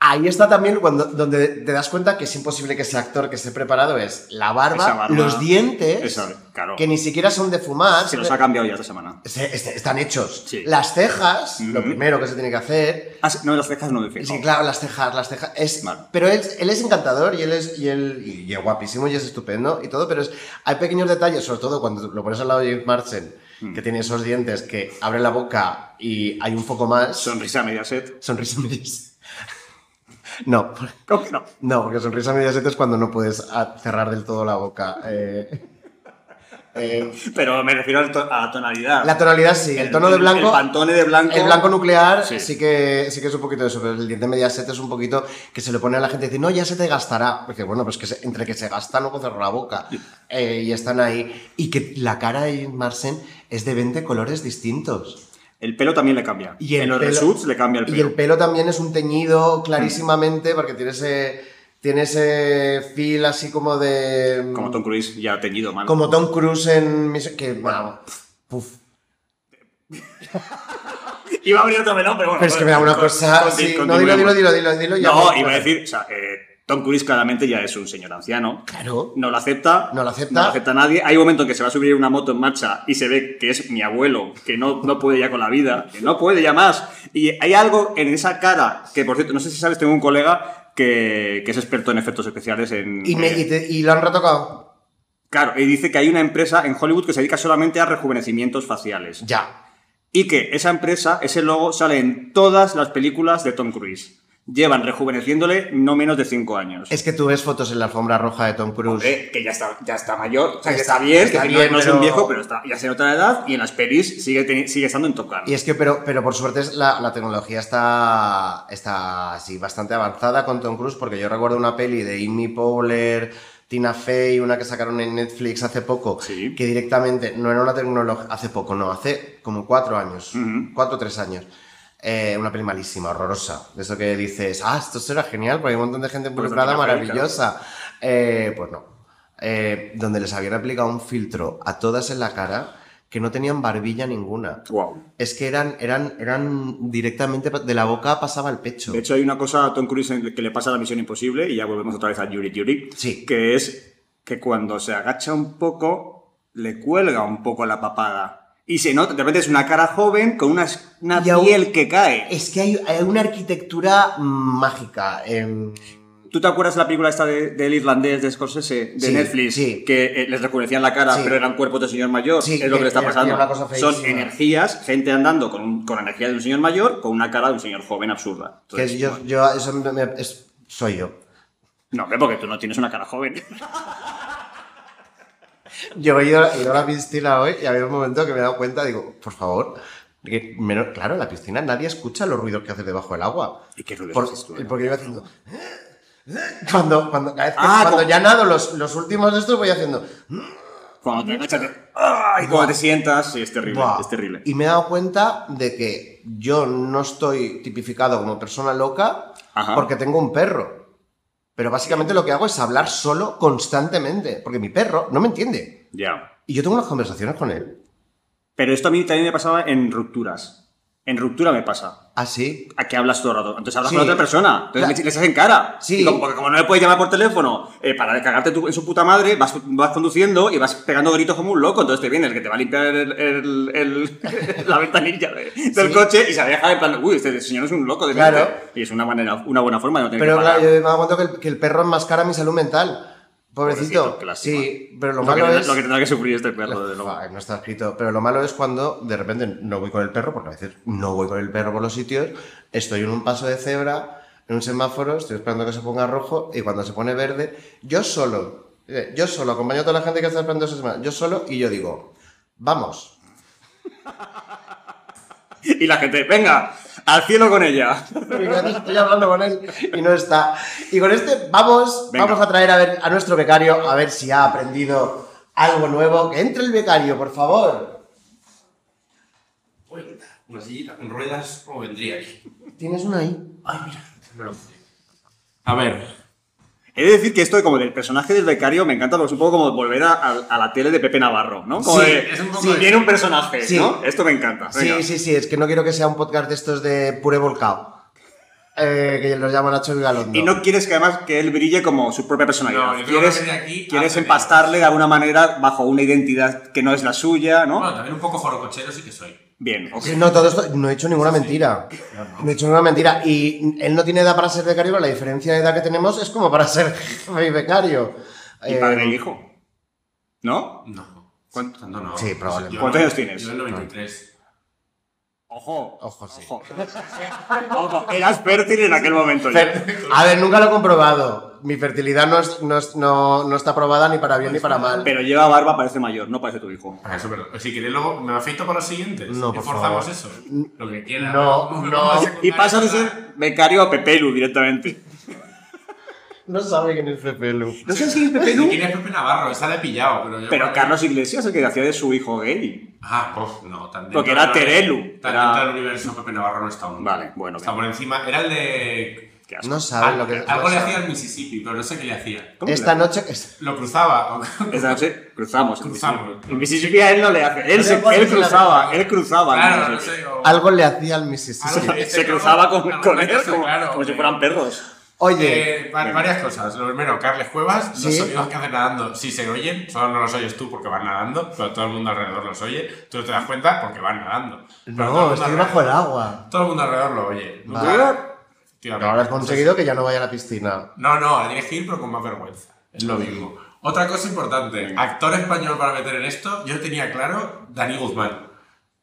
[SPEAKER 1] ahí está también cuando, donde te das cuenta que es imposible que ese actor que esté preparado es la barba,
[SPEAKER 2] Esa barba,
[SPEAKER 1] los dientes,
[SPEAKER 2] esa- claro.
[SPEAKER 1] que ni siquiera son de fumar,
[SPEAKER 2] se los ha cambiado ya esta semana.
[SPEAKER 1] se- est- están hechos.
[SPEAKER 2] Sí.
[SPEAKER 1] Las cejas, lo
[SPEAKER 2] Ujú.
[SPEAKER 1] primero que se tiene que hacer.
[SPEAKER 2] Ah, sí, no, las cejas no me fijo.
[SPEAKER 1] Sí, claro, las cejas, las cejas. Es,
[SPEAKER 2] Vale.
[SPEAKER 1] Pero él, él es encantador y él es, y él, y- y es guapísimo y es estupendo y todo, pero es, hay pequeños detalles, sobre todo cuando lo pones al lado de James Marsden,
[SPEAKER 2] Hmm.
[SPEAKER 1] que tiene esos dientes que abre la boca y hay un poco más.
[SPEAKER 2] Sonrisa a media set.
[SPEAKER 1] Sonrisa Mediaset. No,
[SPEAKER 2] Creo que no.
[SPEAKER 1] no, porque sonrisa Mediaset es cuando no puedes a- cerrar del todo la boca. eh. Eh,
[SPEAKER 2] Pero me refiero al to- a la tonalidad.
[SPEAKER 1] la tonalidad sí, el tono de
[SPEAKER 2] El
[SPEAKER 1] blanco.
[SPEAKER 2] pantone de blanco.
[SPEAKER 1] El blanco nuclear
[SPEAKER 2] Sí.
[SPEAKER 1] sí. que, sí que es un poquito eso, pero el diente Mediaset es un poquito que se le pone a la gente y dice, no, ya se te gastará. Porque bueno, pues que se- entre que se gasta, luego cerró la boca. Eh, y están ahí. Y que la cara de Jane Marsden es de 20 colores distintos.
[SPEAKER 2] El pelo también le cambia.
[SPEAKER 1] Y el
[SPEAKER 2] en los
[SPEAKER 1] pelo-
[SPEAKER 2] reshoots le cambia el pelo.
[SPEAKER 1] Y el pelo también es un teñido clarísimamente porque tiene ese, tiene ese feel así como de...
[SPEAKER 2] Como Tom Cruise ya teñido, mal.
[SPEAKER 1] como Tom Cruise en... Mis- Que, bueno, puf.
[SPEAKER 2] Iba a abrir otro melón, pero bueno.
[SPEAKER 1] Pero es que me da una
[SPEAKER 2] con-
[SPEAKER 1] cosa...
[SPEAKER 2] con-
[SPEAKER 1] sí, no,
[SPEAKER 2] continuemos.
[SPEAKER 1] dilo, dilo, dilo, dilo, dilo. ya
[SPEAKER 2] No,
[SPEAKER 1] me-
[SPEAKER 2] iba a decir, o sea, eh, Tom Cruise claramente ya es un señor anciano.
[SPEAKER 1] Claro.
[SPEAKER 2] No lo acepta.
[SPEAKER 1] No lo acepta.
[SPEAKER 2] No lo acepta nadie. Hay un momento en que se va a subir una moto en marcha y se ve que es mi abuelo, que no, no puede ya con la vida, que no puede ya más. Y hay algo en esa cara, que por cierto, no sé si sabes, tengo un colega que, que es experto en efectos especiales en...
[SPEAKER 1] Y, me-
[SPEAKER 2] eh,
[SPEAKER 1] y te- y lo han retocado.
[SPEAKER 2] Claro, y dice que hay una empresa en Hollywood que se dedica solamente a rejuvenecimientos faciales.
[SPEAKER 1] Ya.
[SPEAKER 2] Y que esa empresa, ese logo, sale en todas las películas de Tom Cruise. llevan rejuveneciéndole no menos de 5 años.
[SPEAKER 1] Es que tú ves fotos en la alfombra roja de Tom Cruise.
[SPEAKER 2] Hombre, que ya está, ya está mayor, o sea, que
[SPEAKER 1] Pues Está-
[SPEAKER 2] está bien,
[SPEAKER 1] está
[SPEAKER 2] que no-
[SPEAKER 1] bien,
[SPEAKER 2] no es
[SPEAKER 1] pero-
[SPEAKER 2] un viejo, pero está, ya se nota la edad y en las pelis sigue, teni- sigue estando en tocar.
[SPEAKER 1] Y es que, pero, pero por suerte es la, la tecnología está, está así bastante avanzada con Tom Cruise, porque yo recuerdo una peli de Amy Powler, Tina Fey, una que sacaron en Netflix hace poco,
[SPEAKER 2] Sí.
[SPEAKER 1] que directamente no era una tecnología, hace poco, no, hace como cuatro años,
[SPEAKER 2] Ujú.
[SPEAKER 1] cuatro o tres años. Eh, una peli malísima, horrorosa. De eso que dices, ah, esto será genial, porque hay un montón de gente
[SPEAKER 2] Pues
[SPEAKER 1] involucrada
[SPEAKER 2] Tina Fey,
[SPEAKER 1] maravillosa. Eh, pues no. Eh, donde les habían aplicado un filtro a todas en la cara que no tenían barbilla ninguna.
[SPEAKER 2] Guau.
[SPEAKER 1] Es que eran, eran, eran directamente pa- de la boca pasaba al pecho.
[SPEAKER 2] De hecho, hay una cosa a Tom Cruise en- que le pasa a la misión imposible, y ya volvemos otra vez a Yuri Yuri,
[SPEAKER 1] Sí.
[SPEAKER 2] que es que cuando se agacha un poco, le cuelga un poco la papada. Y se nota, de repente es una cara joven con una, una
[SPEAKER 1] Y aún-
[SPEAKER 2] piel que cae.
[SPEAKER 1] Es que hay, hay una arquitectura mm, mágica. em,
[SPEAKER 2] ¿Tú te acuerdas la película esta de- del irlandés de Scorsese, de
[SPEAKER 1] Sí,
[SPEAKER 2] Netflix,
[SPEAKER 1] sí.
[SPEAKER 2] que eh, les rejuvenecían la cara,
[SPEAKER 1] Sí.
[SPEAKER 2] pero eran cuerpos de señor mayor?
[SPEAKER 1] Sí,
[SPEAKER 2] es lo
[SPEAKER 1] que
[SPEAKER 2] que le está
[SPEAKER 1] era- era
[SPEAKER 2] pasando.
[SPEAKER 1] una cosa
[SPEAKER 2] Son
[SPEAKER 1] feísima.
[SPEAKER 2] energías, gente andando con, un- con energía de un señor mayor, con una cara de un señor joven absurda.
[SPEAKER 1] que
[SPEAKER 2] Entonces,
[SPEAKER 1] yo,
[SPEAKER 2] bueno.
[SPEAKER 1] yo- eso me- me- es- soy yo.
[SPEAKER 2] No, hombre, porque tú no tienes una cara joven.
[SPEAKER 1] Yo he ido, he ido a la piscina hoy y había un momento que me he dado cuenta, digo, por favor. que menos- claro, en la piscina nadie escucha los ruidos que hace debajo del agua.
[SPEAKER 2] ¿Y qué ruidos
[SPEAKER 1] Por-
[SPEAKER 2] haces tú, eh?
[SPEAKER 1] Porque iba haciendo. Cuando, cuando, cada vez que-
[SPEAKER 2] Ah,
[SPEAKER 1] cuando
[SPEAKER 2] como-
[SPEAKER 1] ya nado los, los últimos de estos voy haciendo.
[SPEAKER 2] Cuando te agachas, te- ¡Ay! cuando te sientas, sí, es terrible,
[SPEAKER 1] Buah.
[SPEAKER 2] es terrible.
[SPEAKER 1] Y me he dado cuenta de que yo no estoy tipificado como persona loca
[SPEAKER 2] Ajá.
[SPEAKER 1] porque tengo un perro. Pero básicamente lo que hago es hablar solo constantemente, porque mi perro no me entiende.
[SPEAKER 2] Ya.
[SPEAKER 1] Y yo tengo unas conversaciones con él.
[SPEAKER 2] Pero esto a mí también me pasaba en rupturas. En ruptura me pasa.
[SPEAKER 1] Así.
[SPEAKER 2] A que hablas todo el rato. Entonces hablas
[SPEAKER 1] Sí.
[SPEAKER 2] con otra persona. Entonces
[SPEAKER 1] Claro.
[SPEAKER 2] le echas en cara.
[SPEAKER 1] Sí.
[SPEAKER 2] Y como- porque como no le puedes llamar por teléfono eh, para cagarte tú en su puta madre, vas, vas conduciendo y vas pegando gritos como un loco. Entonces te viene el que te va a limpiar el- el- el- la ventanilla de- del
[SPEAKER 1] Sí.
[SPEAKER 2] coche y se deja en plan, uy, este señor es un loco. de
[SPEAKER 1] Claro.
[SPEAKER 2] repente". Y es una, manera, una buena forma de no tener
[SPEAKER 1] Pero
[SPEAKER 2] que
[SPEAKER 1] claro,
[SPEAKER 2] parar.
[SPEAKER 1] yo me he dado cuenta que el, que el perro enmascara mi salud mental. Pobrecito.
[SPEAKER 2] Pobrecito, qué lástima.
[SPEAKER 1] sí, pero lo,
[SPEAKER 2] lo, que
[SPEAKER 1] malo
[SPEAKER 2] tendrá-
[SPEAKER 1] es.
[SPEAKER 2] lo que tendrá que sufrir este perro, de luego.
[SPEAKER 1] Fa, No está escrito, pero lo malo es cuando de repente no voy con el perro, porque a veces no voy con el perro por los sitios, estoy en un paso de cebra, en un semáforo, estoy esperando que se ponga rojo y cuando se pone verde, yo solo, eh, yo solo, acompaño a toda la gente que está esperando ese semáforo, yo solo y yo digo, vamos.
[SPEAKER 2] Y la gente, venga, al cielo con ella.
[SPEAKER 1] Estoy hablando con él y no está. Y con este vamos,
[SPEAKER 2] Venga.
[SPEAKER 1] vamos a traer a, ver, a nuestro becario a ver si ha aprendido algo nuevo. Que entre el becario, por favor.
[SPEAKER 4] Uy, una sillita con ruedas, ¿cómo vendría aquí?
[SPEAKER 1] Tienes una ahí.
[SPEAKER 4] Ay, mira. me lo puse. A ver,
[SPEAKER 2] He de decir que esto como del personaje del becario me encanta porque es un poco como volver a, a- a la tele de Pepe Navarro, ¿no? Como
[SPEAKER 1] Sí,
[SPEAKER 2] de,
[SPEAKER 4] es un poco
[SPEAKER 2] si
[SPEAKER 4] de-
[SPEAKER 2] viene un personaje,
[SPEAKER 1] Sí.
[SPEAKER 2] ¿no? Esto me encanta. venga.
[SPEAKER 1] Sí, sí, sí, es que no quiero que sea un podcast de estos de pure volcado. Eh, que los llaman Nacho Vigalondo.
[SPEAKER 2] Y no quieres que además que él brille como su propia personalidad.
[SPEAKER 4] No, yo creo
[SPEAKER 2] quieres
[SPEAKER 4] que de aquí
[SPEAKER 2] quieres
[SPEAKER 4] hace
[SPEAKER 2] empastarle de alguna manera bajo una identidad que no es la suya, ¿no?
[SPEAKER 4] bueno, también un poco jorocochero sí que soy.
[SPEAKER 2] Bien, ok.
[SPEAKER 1] Sí, no, todo esto, no he hecho ninguna mentira. No he hecho ninguna mentira. Y él no tiene edad para ser becario, pero la diferencia de edad que tenemos es como para ser jefe y becario.
[SPEAKER 2] Y
[SPEAKER 1] Eh,
[SPEAKER 2] padre e hijo. ¿No?
[SPEAKER 4] No.
[SPEAKER 2] ¿Cuánto?
[SPEAKER 4] Tanto no.
[SPEAKER 1] Sí, probablemente.
[SPEAKER 4] Yo-
[SPEAKER 2] ¿Cuántos años tienes?
[SPEAKER 4] Yo el 93.
[SPEAKER 2] Ojo.
[SPEAKER 1] Ojo, sí.
[SPEAKER 2] Ojo, Eras fértil en aquel momento. ya.
[SPEAKER 1] fer- A ver, nunca lo he comprobado. Mi fertilidad no, es- no es- no- no está probada ni para bien ni para mal.
[SPEAKER 2] Pero lleva barba, parece mayor, no parece tu hijo.
[SPEAKER 4] Ah, eso, pero si queréis luego me afeito para los siguientes.
[SPEAKER 1] No,
[SPEAKER 4] Y
[SPEAKER 1] por
[SPEAKER 4] forzamos
[SPEAKER 1] favor.
[SPEAKER 4] eso. Lo que quiera.
[SPEAKER 1] No,
[SPEAKER 4] Vamos,
[SPEAKER 1] no.
[SPEAKER 4] vamos a
[SPEAKER 2] Y pasa de ser becario a Pepelu directamente.
[SPEAKER 1] No sabe quién es Pepelu.
[SPEAKER 2] No sé si es
[SPEAKER 4] ¿Y
[SPEAKER 2] Pepelu.
[SPEAKER 4] ¿Quién es Pepe Navarro? Esa la he pillado. Pero, yo
[SPEAKER 2] Pero Carlos Iglesias, el que hacía de su hijo gay.
[SPEAKER 4] Ah, pues no, tan dentro
[SPEAKER 2] Porque era
[SPEAKER 4] del-
[SPEAKER 2] Terelu.
[SPEAKER 4] Tan
[SPEAKER 2] Era-
[SPEAKER 4] dentro del universo Pepe Navarro no está aún.
[SPEAKER 2] Vale, bueno,
[SPEAKER 4] Está
[SPEAKER 2] bien.
[SPEAKER 4] por encima. Era el de.
[SPEAKER 2] Qué asco.
[SPEAKER 1] No sabe lo
[SPEAKER 4] Algo-
[SPEAKER 1] que
[SPEAKER 4] Algo
[SPEAKER 1] no
[SPEAKER 4] le
[SPEAKER 1] sabe.
[SPEAKER 4] hacía al Mississippi, pero no sé qué le hacía.
[SPEAKER 2] ¿Cómo
[SPEAKER 1] Esta
[SPEAKER 2] le-
[SPEAKER 1] noche.
[SPEAKER 4] Lo cruzaba. o-
[SPEAKER 2] Esta noche cruzamos.
[SPEAKER 4] Cruzamos.
[SPEAKER 2] El Mississippi a él no le hace. Él, se-
[SPEAKER 1] Pero,
[SPEAKER 2] él
[SPEAKER 1] ¿cuál es la
[SPEAKER 2] cruzaba,
[SPEAKER 1] verdad?
[SPEAKER 2] él cruzaba.
[SPEAKER 4] claro,
[SPEAKER 2] no
[SPEAKER 4] no
[SPEAKER 2] sé.
[SPEAKER 4] sé. Este o-
[SPEAKER 1] Algo le hacía al Mississippi.
[SPEAKER 4] Algo le-
[SPEAKER 2] Se cruzaba con,
[SPEAKER 4] Algo
[SPEAKER 2] con
[SPEAKER 4] le
[SPEAKER 2] él
[SPEAKER 4] hace,
[SPEAKER 2] como,
[SPEAKER 4] claro,
[SPEAKER 2] como si
[SPEAKER 4] hombre.
[SPEAKER 2] fueran perros.
[SPEAKER 1] Oye,
[SPEAKER 4] Eh, va- varias cosas. Lo primero, Carles Cuevas,
[SPEAKER 1] Sí.
[SPEAKER 4] los sonidos que hacen nadando sí se oyen, solo no los oyes tú porque van nadando, pero todo el mundo alrededor los oye. Tú no te das cuenta porque van nadando. Pero todo el
[SPEAKER 1] no,
[SPEAKER 4] mundo
[SPEAKER 1] estoy
[SPEAKER 4] alrededor-
[SPEAKER 1] bajo el agua.
[SPEAKER 4] Todo el mundo alrededor lo oye.
[SPEAKER 1] Va.
[SPEAKER 4] Nunca-
[SPEAKER 1] Pero ahora has conseguido que ya no vaya a la piscina.
[SPEAKER 4] No, no, ahora tienes que ir, pero con más vergüenza. Es lo mismo. Otra cosa importante, actor español para meter en esto, yo tenía claro Dani Guzmán.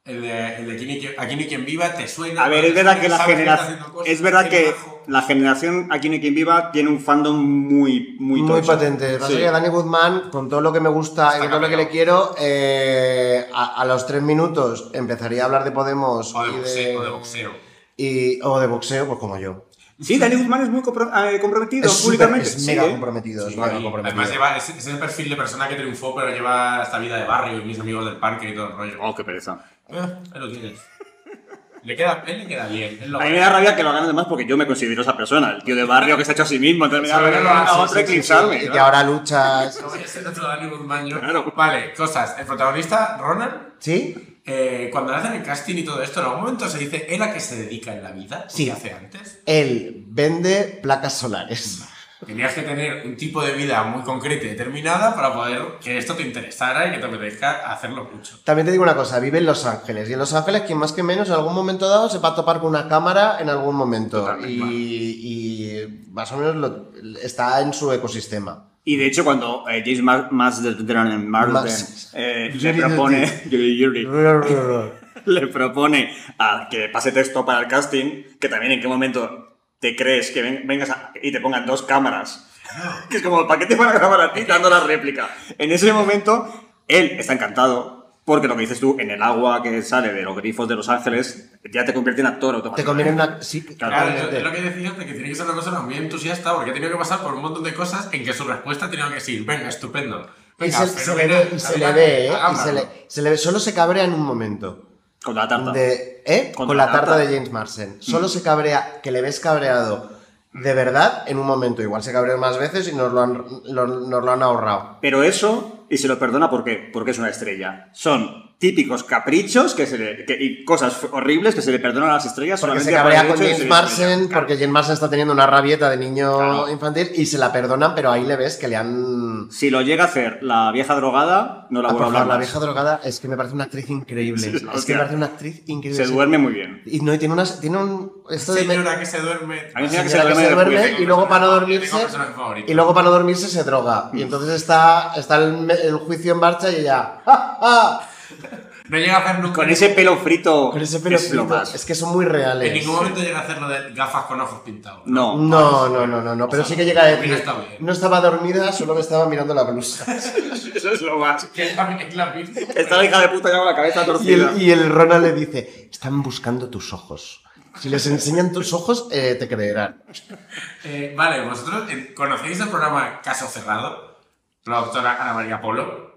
[SPEAKER 4] El de, el de Aquí ni quien- Aquí ni quien viva te suena.
[SPEAKER 2] A ver, es verdad que la
[SPEAKER 4] Sabes está
[SPEAKER 2] generación.
[SPEAKER 4] haciendo cosas,
[SPEAKER 2] Es verdad
[SPEAKER 4] tiene
[SPEAKER 2] que
[SPEAKER 4] bajo.
[SPEAKER 2] la generación Aquí no hay quien viva tiene un fandom muy, muy
[SPEAKER 1] Muy,
[SPEAKER 2] tocho.
[SPEAKER 1] patente. Pasa
[SPEAKER 2] Sí.
[SPEAKER 1] que Dani Guzmán, con todo lo que me gusta y
[SPEAKER 4] Está
[SPEAKER 1] con todo lo que le
[SPEAKER 4] cambiado.
[SPEAKER 1] quiero, eh, a, a los tres minutos empezaría a hablar de Podemos.
[SPEAKER 4] O de
[SPEAKER 1] y
[SPEAKER 4] boxeo, o de boxeo.
[SPEAKER 1] y- o de boxeo, pues como yo.
[SPEAKER 2] Sí, Dani Guzmán es muy compro- eh, comprometido
[SPEAKER 1] Es, súper-
[SPEAKER 2] públicamente.
[SPEAKER 1] es
[SPEAKER 2] Sí,
[SPEAKER 1] mega
[SPEAKER 2] ¿eh?
[SPEAKER 1] comprometido. es
[SPEAKER 4] Sí,
[SPEAKER 1] mega
[SPEAKER 4] y
[SPEAKER 1] comprometido.
[SPEAKER 4] además lleva, es, es el perfil de persona que triunfó, pero lleva esta vida de barrio y mis amigos del parque y todo el rollo.
[SPEAKER 2] Oh, qué pereza.
[SPEAKER 4] Eh, ahí lo tienes. Le queda, él le queda bien. Él lo
[SPEAKER 2] A mí me da rabia que lo hagan además porque yo me considero esa persona, el tío de barrio que se ha hecho a sí mismo. Entonces me da
[SPEAKER 4] Sí,
[SPEAKER 2] rabia que lo hagan
[SPEAKER 4] sí,
[SPEAKER 2] a
[SPEAKER 4] sí,
[SPEAKER 2] otro
[SPEAKER 4] sí, sí,
[SPEAKER 2] eclipsarme.
[SPEAKER 1] Y que
[SPEAKER 2] claro.
[SPEAKER 1] ahora luchas.
[SPEAKER 4] No voy a ser otro Dani Guzmán yo.
[SPEAKER 2] Claro.
[SPEAKER 4] Vale, cosas. El protagonista, Ronan,
[SPEAKER 1] ¿Sí?
[SPEAKER 4] eh, cuando le hacen el casting y todo esto, en algún momento se dice, ¿él a qué se dedica en la vida?
[SPEAKER 1] Sí.
[SPEAKER 4] ¿Qué hace antes?
[SPEAKER 1] Él vende placas solares.
[SPEAKER 4] Tenías que tener un tipo de vida muy concreta y determinada para poder que esto te interesara y que te apetezca hacerlo mucho.
[SPEAKER 1] También te digo una cosa, vive en Los Ángeles y en Los Ángeles quien más que menos en algún momento dado se va a topar con una cámara en algún momento
[SPEAKER 2] Totalmente,
[SPEAKER 1] y,
[SPEAKER 2] claro.
[SPEAKER 1] y más o menos lo- está en su ecosistema.
[SPEAKER 2] Y de hecho, cuando eh, James Mar- Marsden Marsden,
[SPEAKER 1] Mas-
[SPEAKER 2] eh, le
[SPEAKER 1] Yuri
[SPEAKER 2] propone. Yuri, Yuri.
[SPEAKER 1] Pero
[SPEAKER 2] le propone a que pase texto para el casting, que también en qué momento te crees que ven- vengas a- y te pongan dos cámaras. Que es como, ¿para qué te van a grabar a ti dando la réplica? En ese momento, él está encantado. Porque lo que dices tú, en el agua que sale de los grifos de Los Ángeles, ya te convierte en actor
[SPEAKER 1] te
[SPEAKER 2] automáticamente.
[SPEAKER 1] conviene una... Sí,
[SPEAKER 4] Claro,
[SPEAKER 1] totalmente.
[SPEAKER 4] es lo que decías de que tiene que ser una persona muy entusiasta porque ha tenido que pasar por un montón de cosas en que su respuesta ha tenido que decir, venga, estupendo.
[SPEAKER 1] Y
[SPEAKER 4] Venga,
[SPEAKER 1] se, se le ve, y se le
[SPEAKER 4] adelante,
[SPEAKER 1] ve, ¿eh? Y
[SPEAKER 4] hagámoslo".
[SPEAKER 1] se le, se le ve- solo se cabrea en un momento.
[SPEAKER 2] Con la tarta.
[SPEAKER 1] De, ¿eh?
[SPEAKER 2] Con
[SPEAKER 1] Con
[SPEAKER 2] la
[SPEAKER 1] la tarta
[SPEAKER 2] tarta.
[SPEAKER 1] de James Marsden. Solo se cabrea, que le ves cabreado de verdad en un momento. Igual se cabreó más veces y nos lo han, lo- nos lo han ahorrado.
[SPEAKER 2] Pero eso, y se lo perdona ¿por qué? porque es una estrella. Son típicos caprichos que se le- que- y cosas horribles que se le perdonan a las estrellas
[SPEAKER 1] Porque se
[SPEAKER 2] solamente por el
[SPEAKER 1] cabrea con
[SPEAKER 2] hecho de
[SPEAKER 1] James
[SPEAKER 2] ser estrella.
[SPEAKER 1] Marsden, porque James Marsden está teniendo una rabieta de niño
[SPEAKER 2] Claro.
[SPEAKER 1] infantil y se la perdonan, pero ahí le ves que le han...
[SPEAKER 2] Si lo llega a hacer la vieja drogada, no la
[SPEAKER 1] Ah, por
[SPEAKER 2] vuelvo a
[SPEAKER 1] favor,
[SPEAKER 2] hablar.
[SPEAKER 1] la
[SPEAKER 2] más.
[SPEAKER 1] vieja drogada es que me parece una actriz increíble.
[SPEAKER 2] Sí,
[SPEAKER 1] es que
[SPEAKER 2] hostia.
[SPEAKER 1] me parece una actriz increíble.
[SPEAKER 2] Se duerme muy bien.
[SPEAKER 1] Y no, y tiene unas... Tiene un... Esto de...
[SPEAKER 4] Señora que se duerme.
[SPEAKER 2] A mí me
[SPEAKER 1] señora
[SPEAKER 2] que se la
[SPEAKER 1] que
[SPEAKER 2] duerme
[SPEAKER 1] se
[SPEAKER 2] después.
[SPEAKER 1] duerme
[SPEAKER 2] Tengo Mm.
[SPEAKER 1] y luego para no
[SPEAKER 4] personaje-
[SPEAKER 1] dormirse...
[SPEAKER 4] tengo personaje favorito.
[SPEAKER 1] Y luego para no dormirse se droga. Y entonces está, está el, me- el juicio en marcha y ella... "Ah, ¡Ja, ja!
[SPEAKER 4] No llega a hacer nunca.
[SPEAKER 2] Con ese pelo frito.
[SPEAKER 1] Con ese pelo
[SPEAKER 2] es lo
[SPEAKER 1] frito.
[SPEAKER 2] más.
[SPEAKER 1] Es que son muy reales.
[SPEAKER 4] En ningún momento llega a hacer lo de gafas con ojos pintados.
[SPEAKER 2] No.
[SPEAKER 1] No, no, no, no, no, pero
[SPEAKER 4] O sea,
[SPEAKER 1] sí que llega a
[SPEAKER 4] hubiera
[SPEAKER 1] decir,
[SPEAKER 4] estado bien.
[SPEAKER 1] no estaba dormida, solo me estaba mirando la blusa.
[SPEAKER 2] Eso es lo más.
[SPEAKER 4] Que también es la misma.
[SPEAKER 2] Está la hija de puta ya con la cabeza
[SPEAKER 1] Y
[SPEAKER 2] torcida.
[SPEAKER 1] el, y el Ronald le dice, están buscando tus ojos. Si les enseñan tus ojos, eh, te creerán.
[SPEAKER 4] Eh, vale, vosotros eh, conocéis el programa Caso Cerrado, la doctora Ana María Polo.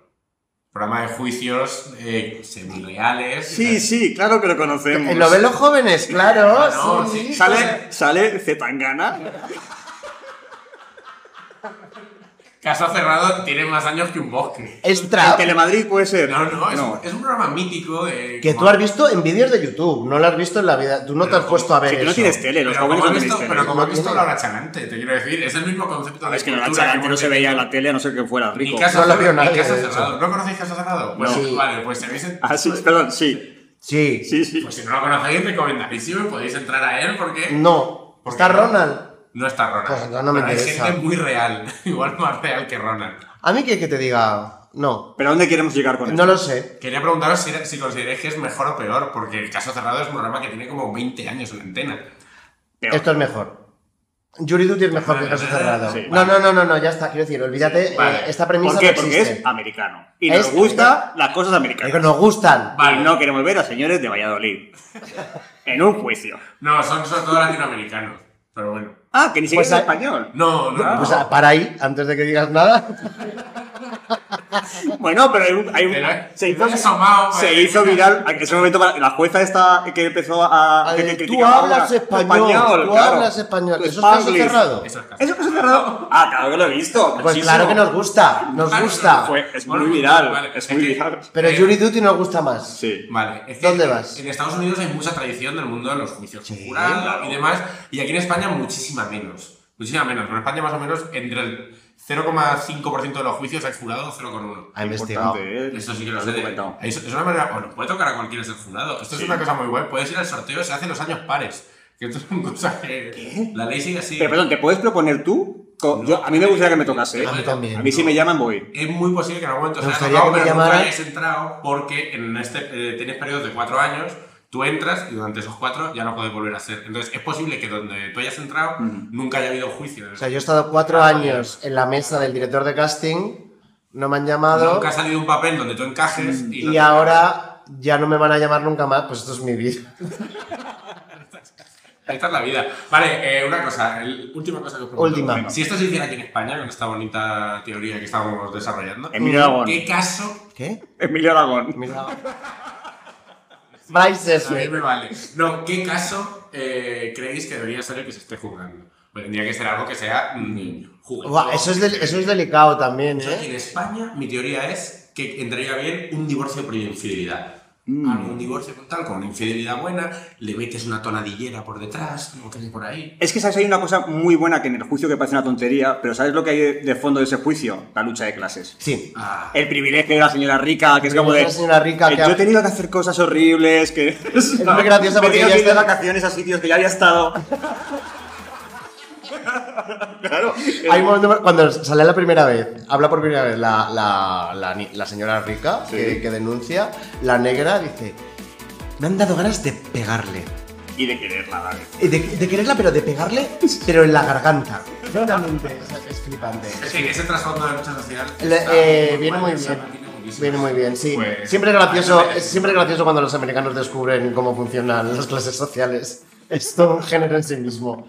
[SPEAKER 4] Programa de juicios eh, semi-reales.
[SPEAKER 2] Sí, sí, claro que lo conocemos.
[SPEAKER 1] Eh, ¿Lo ven los jóvenes? Claro.
[SPEAKER 4] Ah, no,
[SPEAKER 1] sí.
[SPEAKER 4] sí.
[SPEAKER 2] Sale, sale Zetangana.
[SPEAKER 4] Caso Cerrado tiene más años que un bosque.
[SPEAKER 1] Es
[SPEAKER 2] En
[SPEAKER 1] trap.
[SPEAKER 2] Telemadrid puede ser.
[SPEAKER 4] No, no, es, Un, es un programa mítico. de-
[SPEAKER 1] Que tú
[SPEAKER 4] como-
[SPEAKER 1] has visto en vídeos de YouTube, no lo has visto en la vida. Tú no te
[SPEAKER 4] Pero
[SPEAKER 1] has puesto
[SPEAKER 4] como-
[SPEAKER 1] a ver
[SPEAKER 2] Si tú no
[SPEAKER 1] eso.
[SPEAKER 2] tienes tele, los
[SPEAKER 4] Pero como,
[SPEAKER 2] jóvenes
[SPEAKER 4] he
[SPEAKER 2] no tenéis
[SPEAKER 4] visto,
[SPEAKER 2] tele.
[SPEAKER 4] pero como he
[SPEAKER 1] No
[SPEAKER 4] visto
[SPEAKER 1] tiene-
[SPEAKER 4] Laura Chalante, te quiero decir, es el mismo concepto de
[SPEAKER 2] Es que no, la
[SPEAKER 4] cultura
[SPEAKER 2] chaval que no
[SPEAKER 4] hemos
[SPEAKER 2] se veía en
[SPEAKER 4] tenido.
[SPEAKER 2] la tele a no ser que fuera
[SPEAKER 4] Ni
[SPEAKER 2] rico.
[SPEAKER 1] No
[SPEAKER 4] caso
[SPEAKER 1] lo vio
[SPEAKER 4] cerrado, ni
[SPEAKER 1] nadie,
[SPEAKER 4] caso
[SPEAKER 1] de hecho.
[SPEAKER 4] cerrado. ¿No conocéis Caso Cerrado? Pues
[SPEAKER 1] Sí.
[SPEAKER 4] vale, pues si, habéis-
[SPEAKER 2] Ah, sí, perdón, sí.
[SPEAKER 1] Sí.
[SPEAKER 2] Sí, sí.
[SPEAKER 4] pues si no lo conocéis, recomendadísimo y podéis entrar a él
[SPEAKER 2] Mm.
[SPEAKER 4] porque
[SPEAKER 1] No.
[SPEAKER 4] ¿Por
[SPEAKER 1] Está
[SPEAKER 4] qué no?
[SPEAKER 1] Ronald.
[SPEAKER 4] no está Ronald.
[SPEAKER 1] Pues no, no me
[SPEAKER 4] Pero hay
[SPEAKER 1] interesa.
[SPEAKER 4] gente muy real, igual más real que Ronald.
[SPEAKER 1] A mí que que te diga, no.
[SPEAKER 2] Pero ¿a dónde queremos llegar con
[SPEAKER 1] No
[SPEAKER 2] esto?
[SPEAKER 1] lo sé.
[SPEAKER 4] Quería preguntaros si, si consideráis que es mejor o peor, porque el Caso Cerrado es un programa que tiene como 20 años en antena.
[SPEAKER 2] Peor.
[SPEAKER 1] Esto es mejor. Yuri Duty es mejor que Caso Cerrado.
[SPEAKER 2] Sí,
[SPEAKER 1] No, no, no, no, no, ya está. Quiero decir, olvídate,
[SPEAKER 4] Sí, vale.
[SPEAKER 1] eh, esta
[SPEAKER 2] ¿Por
[SPEAKER 1] premisa
[SPEAKER 2] qué?
[SPEAKER 1] no
[SPEAKER 2] Porque
[SPEAKER 1] existe.
[SPEAKER 2] es americano. Y
[SPEAKER 1] Es-
[SPEAKER 2] nos gustan las cosas americanas.
[SPEAKER 1] Pero nos gustan.
[SPEAKER 4] Vale.
[SPEAKER 2] Y no queremos ver a señores de Valladolid. en un juicio.
[SPEAKER 4] No, son sobre todo latinoamericanos, pero bueno.
[SPEAKER 2] Ah, que ni siquiera
[SPEAKER 1] Pues
[SPEAKER 2] es
[SPEAKER 1] hay-
[SPEAKER 2] español.
[SPEAKER 4] No, no,
[SPEAKER 2] Ah.
[SPEAKER 4] no.
[SPEAKER 1] Pues ah, para ahí, antes de que digas nada.
[SPEAKER 2] Bueno, pero hay un. hay un-
[SPEAKER 4] Pero, eh,
[SPEAKER 2] se
[SPEAKER 4] no
[SPEAKER 2] hizo,
[SPEAKER 4] le he asomado,
[SPEAKER 2] se
[SPEAKER 4] madre
[SPEAKER 2] hizo
[SPEAKER 4] mía.
[SPEAKER 2] viral. En ese momento, la jueza esta que empezó a.
[SPEAKER 1] A
[SPEAKER 2] que-
[SPEAKER 1] ver,
[SPEAKER 2] que
[SPEAKER 1] tú
[SPEAKER 2] criticaba
[SPEAKER 1] hablas
[SPEAKER 2] ahora,
[SPEAKER 1] español, tú hablas español.
[SPEAKER 2] Tu
[SPEAKER 1] ¿Eso es caso
[SPEAKER 2] Spanglish.
[SPEAKER 1] cerrado?
[SPEAKER 4] Eso es Caso
[SPEAKER 2] Pues ¿Eso es caso cerrado? Ah, claro que lo he visto.
[SPEAKER 1] Pues
[SPEAKER 2] muchísimo.
[SPEAKER 1] claro que nos gusta, nos
[SPEAKER 4] Ah,
[SPEAKER 1] gusta.
[SPEAKER 2] Fue- es
[SPEAKER 4] Bueno,
[SPEAKER 2] muy
[SPEAKER 4] pues,
[SPEAKER 2] viral.
[SPEAKER 4] vale,
[SPEAKER 2] Es
[SPEAKER 4] es
[SPEAKER 2] muy
[SPEAKER 4] que-
[SPEAKER 2] viral.
[SPEAKER 1] Pero
[SPEAKER 4] Eh,
[SPEAKER 1] Jury Duty nos gusta más.
[SPEAKER 2] Sí.
[SPEAKER 4] Vale, es que
[SPEAKER 1] ¿Dónde vas?
[SPEAKER 4] En Estados Unidos hay mucha tradición del mundo de los juicios
[SPEAKER 1] Sí,
[SPEAKER 4] jurados
[SPEAKER 2] claro.
[SPEAKER 4] y demás, y aquí en España muchísima menos. Muchísima menos. En España más o menos entre el 0,5% de los juicios hay jurado 0,1%.
[SPEAKER 1] Ha investigado.
[SPEAKER 2] Importante, ¿eh?
[SPEAKER 4] Esto sí que lo
[SPEAKER 2] Lo
[SPEAKER 4] sé.
[SPEAKER 2] he comentado.
[SPEAKER 4] Es es una manera. Bueno, puede tocar a cualquiera ser jurado. Esto
[SPEAKER 2] Sí.
[SPEAKER 4] es una cosa muy buena. Puedes ir al sorteo, se hace en los años pares. Que esto es una cosa que. La ley sigue así.
[SPEAKER 2] Pero perdón, ¿te puedes proponer tú? Co- yo- a mí me gustaría que me tocase. ¿eh?
[SPEAKER 1] A mí también.
[SPEAKER 2] A mí si me llaman voy.
[SPEAKER 4] Es muy posible que en algún momento
[SPEAKER 1] Me
[SPEAKER 4] seas
[SPEAKER 1] gustaría
[SPEAKER 4] tocado,
[SPEAKER 1] que me
[SPEAKER 4] pero nunca
[SPEAKER 1] llamaran.
[SPEAKER 4] hayas entrado porque en este, eh, tienes periodos de cuatro años, tú entras y durante esos cuatro ya no puedes volver a hacer. Entonces es posible que donde tú hayas entrado nunca haya habido juicio.
[SPEAKER 1] O sea, yo he estado cuatro años en la mesa del director de casting, no me han llamado
[SPEAKER 4] Nunca ha salido un papel donde tú encajes y, no
[SPEAKER 1] y
[SPEAKER 4] te-
[SPEAKER 1] ahora ya no me van a llamar nunca más, pues esto es mi vida.
[SPEAKER 4] Esta es la vida. Vale, eh, una cosa, el- última cosa que os pregunto.
[SPEAKER 1] Última.
[SPEAKER 4] Si esto se hiciera aquí en España, con esta bonita teoría que estábamos desarrollando,
[SPEAKER 2] Emilio Aragón.
[SPEAKER 4] ¿qué caso?
[SPEAKER 1] ¿Qué?
[SPEAKER 2] Emilio Aragón.
[SPEAKER 1] Mira. Bryce
[SPEAKER 4] A mí
[SPEAKER 1] Esme.
[SPEAKER 4] me vale. No, ¿qué caso eh, creéis que debería ser el que se esté jugando? Pues tendría que ser algo que sea mm, juguetón.
[SPEAKER 1] Buah, eso, es del- eso es delicado también,
[SPEAKER 4] Yo aquí
[SPEAKER 1] ¿eh?
[SPEAKER 4] en España, mi teoría es que entraría bien un divorcio por infidelidad.
[SPEAKER 1] Mm.
[SPEAKER 4] Algún divorcio con tal, con una infidelidad buena, le metes una tonadillera por detrás, como que por ahí.
[SPEAKER 2] Es que sabes, hay una cosa muy buena que en el juicio que parece una tontería, pero ¿sabes lo que hay de, de fondo de ese juicio? La lucha de clases.
[SPEAKER 1] Sí.
[SPEAKER 4] Ah,
[SPEAKER 2] El privilegio de la señora rica, que es como de.
[SPEAKER 1] Una señora rica
[SPEAKER 2] eh,
[SPEAKER 1] que
[SPEAKER 2] yo
[SPEAKER 1] ha-
[SPEAKER 2] he tenido que hacer cosas horribles, que. Es
[SPEAKER 1] muy graciosa porque
[SPEAKER 2] he tenido
[SPEAKER 1] ella
[SPEAKER 2] que ir de
[SPEAKER 1] está-
[SPEAKER 2] vacaciones a sitios que ya había estado. claro.
[SPEAKER 1] Hay un momento cuando sale la primera vez, habla por primera vez la, la- la ni- la señora rica que, que denuncia, la negra dice, me han dado ganas de pegarle.
[SPEAKER 2] Y de quererla, ¿vale?
[SPEAKER 1] Eh, De, de quererla, pero de pegarle, pero en la garganta. Totalmente, o sea, es flipante.
[SPEAKER 4] es que ese trasfondo de la lucha social.
[SPEAKER 1] Le-
[SPEAKER 4] está
[SPEAKER 1] eh,
[SPEAKER 4] muy
[SPEAKER 1] viene
[SPEAKER 4] bueno,
[SPEAKER 1] muy
[SPEAKER 4] o sea,
[SPEAKER 1] bien.
[SPEAKER 4] tiene buenísimas-
[SPEAKER 1] Viene muy bien, sí.
[SPEAKER 4] Pues-
[SPEAKER 1] siempre es gracioso,
[SPEAKER 4] Ay,
[SPEAKER 1] es siempre es gracioso cuando los americanos descubren cómo funcionan las clases sociales. Es todo un género en sí mismo.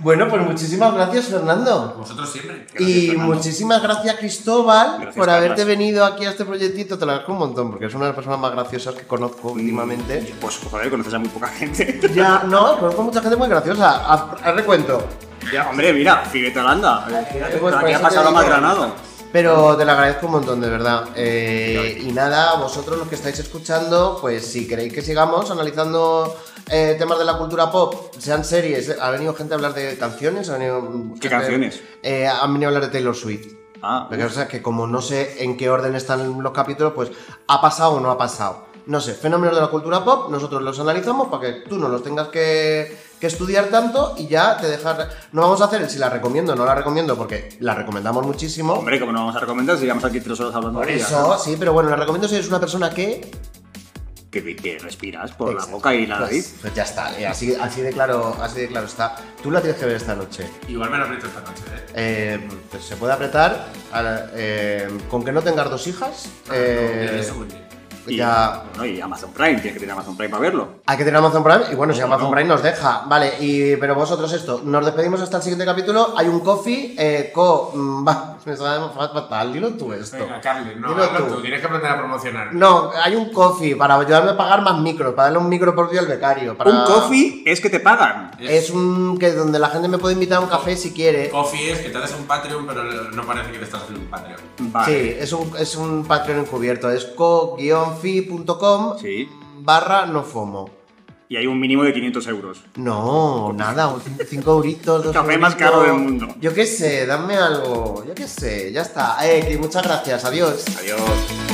[SPEAKER 1] Bueno, pues muchísimas gracias, Fernando.
[SPEAKER 4] Vosotros siempre.
[SPEAKER 1] y
[SPEAKER 2] Fernando.
[SPEAKER 1] muchísimas gracias, Cristóbal,
[SPEAKER 2] Gracias,
[SPEAKER 1] por haberte
[SPEAKER 2] Carlas.
[SPEAKER 1] venido aquí a este proyectito. Te lo agradezco un montón, porque es una de las personas más graciosas que conozco
[SPEAKER 2] Mm.
[SPEAKER 1] últimamente.
[SPEAKER 2] Pues, joder, conoces a muy poca gente.
[SPEAKER 1] ya, no, conozco mucha gente muy graciosa. Haz haz recuento.
[SPEAKER 2] Ya, hombre, mira, Figuete Holanda.
[SPEAKER 1] Pues por
[SPEAKER 2] Por aquí
[SPEAKER 1] eso
[SPEAKER 2] ha
[SPEAKER 1] te
[SPEAKER 2] pasado
[SPEAKER 1] digo.
[SPEAKER 2] más granado.
[SPEAKER 1] Pero te lo agradezco un montón, de verdad. Eh, y nada, vosotros los que estáis escuchando, pues si queréis que sigamos analizando eh, temas de la cultura pop, sean series, eh, ha venido gente a hablar de canciones, ha venido, mm,
[SPEAKER 2] ¿Qué
[SPEAKER 1] gente-
[SPEAKER 2] canciones?
[SPEAKER 1] Eh, han venido a hablar de Taylor Swift.
[SPEAKER 2] Ah,
[SPEAKER 1] Lo que pasa es que como no sé en qué orden están los capítulos, pues ha pasado o no ha pasado. No sé, fenómenos de la cultura pop, nosotros los analizamos para que tú no los tengas que, que estudiar tanto y ya te dejas... No vamos a hacer el si la recomiendo o no la recomiendo, porque la recomendamos muchísimo.
[SPEAKER 2] hombre, como no vamos a recomendar, si llevamos aquí tres horas hablando
[SPEAKER 1] Por
[SPEAKER 2] de ella.
[SPEAKER 1] eso, sí, pero bueno, la recomiendo si eres una persona que...
[SPEAKER 2] Que, que respiras por la
[SPEAKER 1] Exacto.
[SPEAKER 2] boca y la
[SPEAKER 1] Pues-
[SPEAKER 2] nariz.
[SPEAKER 1] Pues ya está, eh, así, así, de claro, así de claro está. Tú la tienes que ver esta noche.
[SPEAKER 4] Igual me lo aprieto esta noche, ¿eh?
[SPEAKER 1] Eh, pues se puede apretar a la- eh, con que no tengas dos hijas.
[SPEAKER 2] Ah,
[SPEAKER 1] eh,
[SPEAKER 4] No, eso muy bien.
[SPEAKER 2] Y,
[SPEAKER 1] Pues ya...
[SPEAKER 2] bueno, y Amazon Prime, tienes que tener Amazon Prime para verlo.
[SPEAKER 1] Hay que tener Amazon Prime y bueno, si Amazon
[SPEAKER 2] no.
[SPEAKER 1] Prime nos deja. Vale, y, pero vosotros esto, nos despedimos hasta el siguiente capítulo. Hay un coffee eh, co... mm, va, me sale fatal, dilo tú esto.
[SPEAKER 4] Venga, Carles, no,
[SPEAKER 1] Dilo
[SPEAKER 4] hazlo
[SPEAKER 1] tú.
[SPEAKER 4] tú. Tienes que aprender a promocionar.
[SPEAKER 1] No, hay un coffee para ayudarme a pagar más micros, para darle un micro por día al becario. Para...
[SPEAKER 2] Un coffee es que te pagan.
[SPEAKER 1] Es un que donde la gente me puede invitar a un café si quiere.
[SPEAKER 4] Coffee es que te haces un Patreon, pero no parece que te estás haciendo un Patreon.
[SPEAKER 2] Vale.
[SPEAKER 1] Sí, es un, es un Patreon encubierto. Es co-fi.com
[SPEAKER 2] Sí.
[SPEAKER 1] barra no fomo.
[SPEAKER 2] Y hay un mínimo de 500 euros.
[SPEAKER 1] No, nada, 5 euritos, dos
[SPEAKER 2] café más
[SPEAKER 1] euritos.
[SPEAKER 2] caro del mundo.
[SPEAKER 1] Yo qué sé, dame algo. Yo qué sé, ya está. Eh, que muchas gracias, adiós.
[SPEAKER 2] Adiós.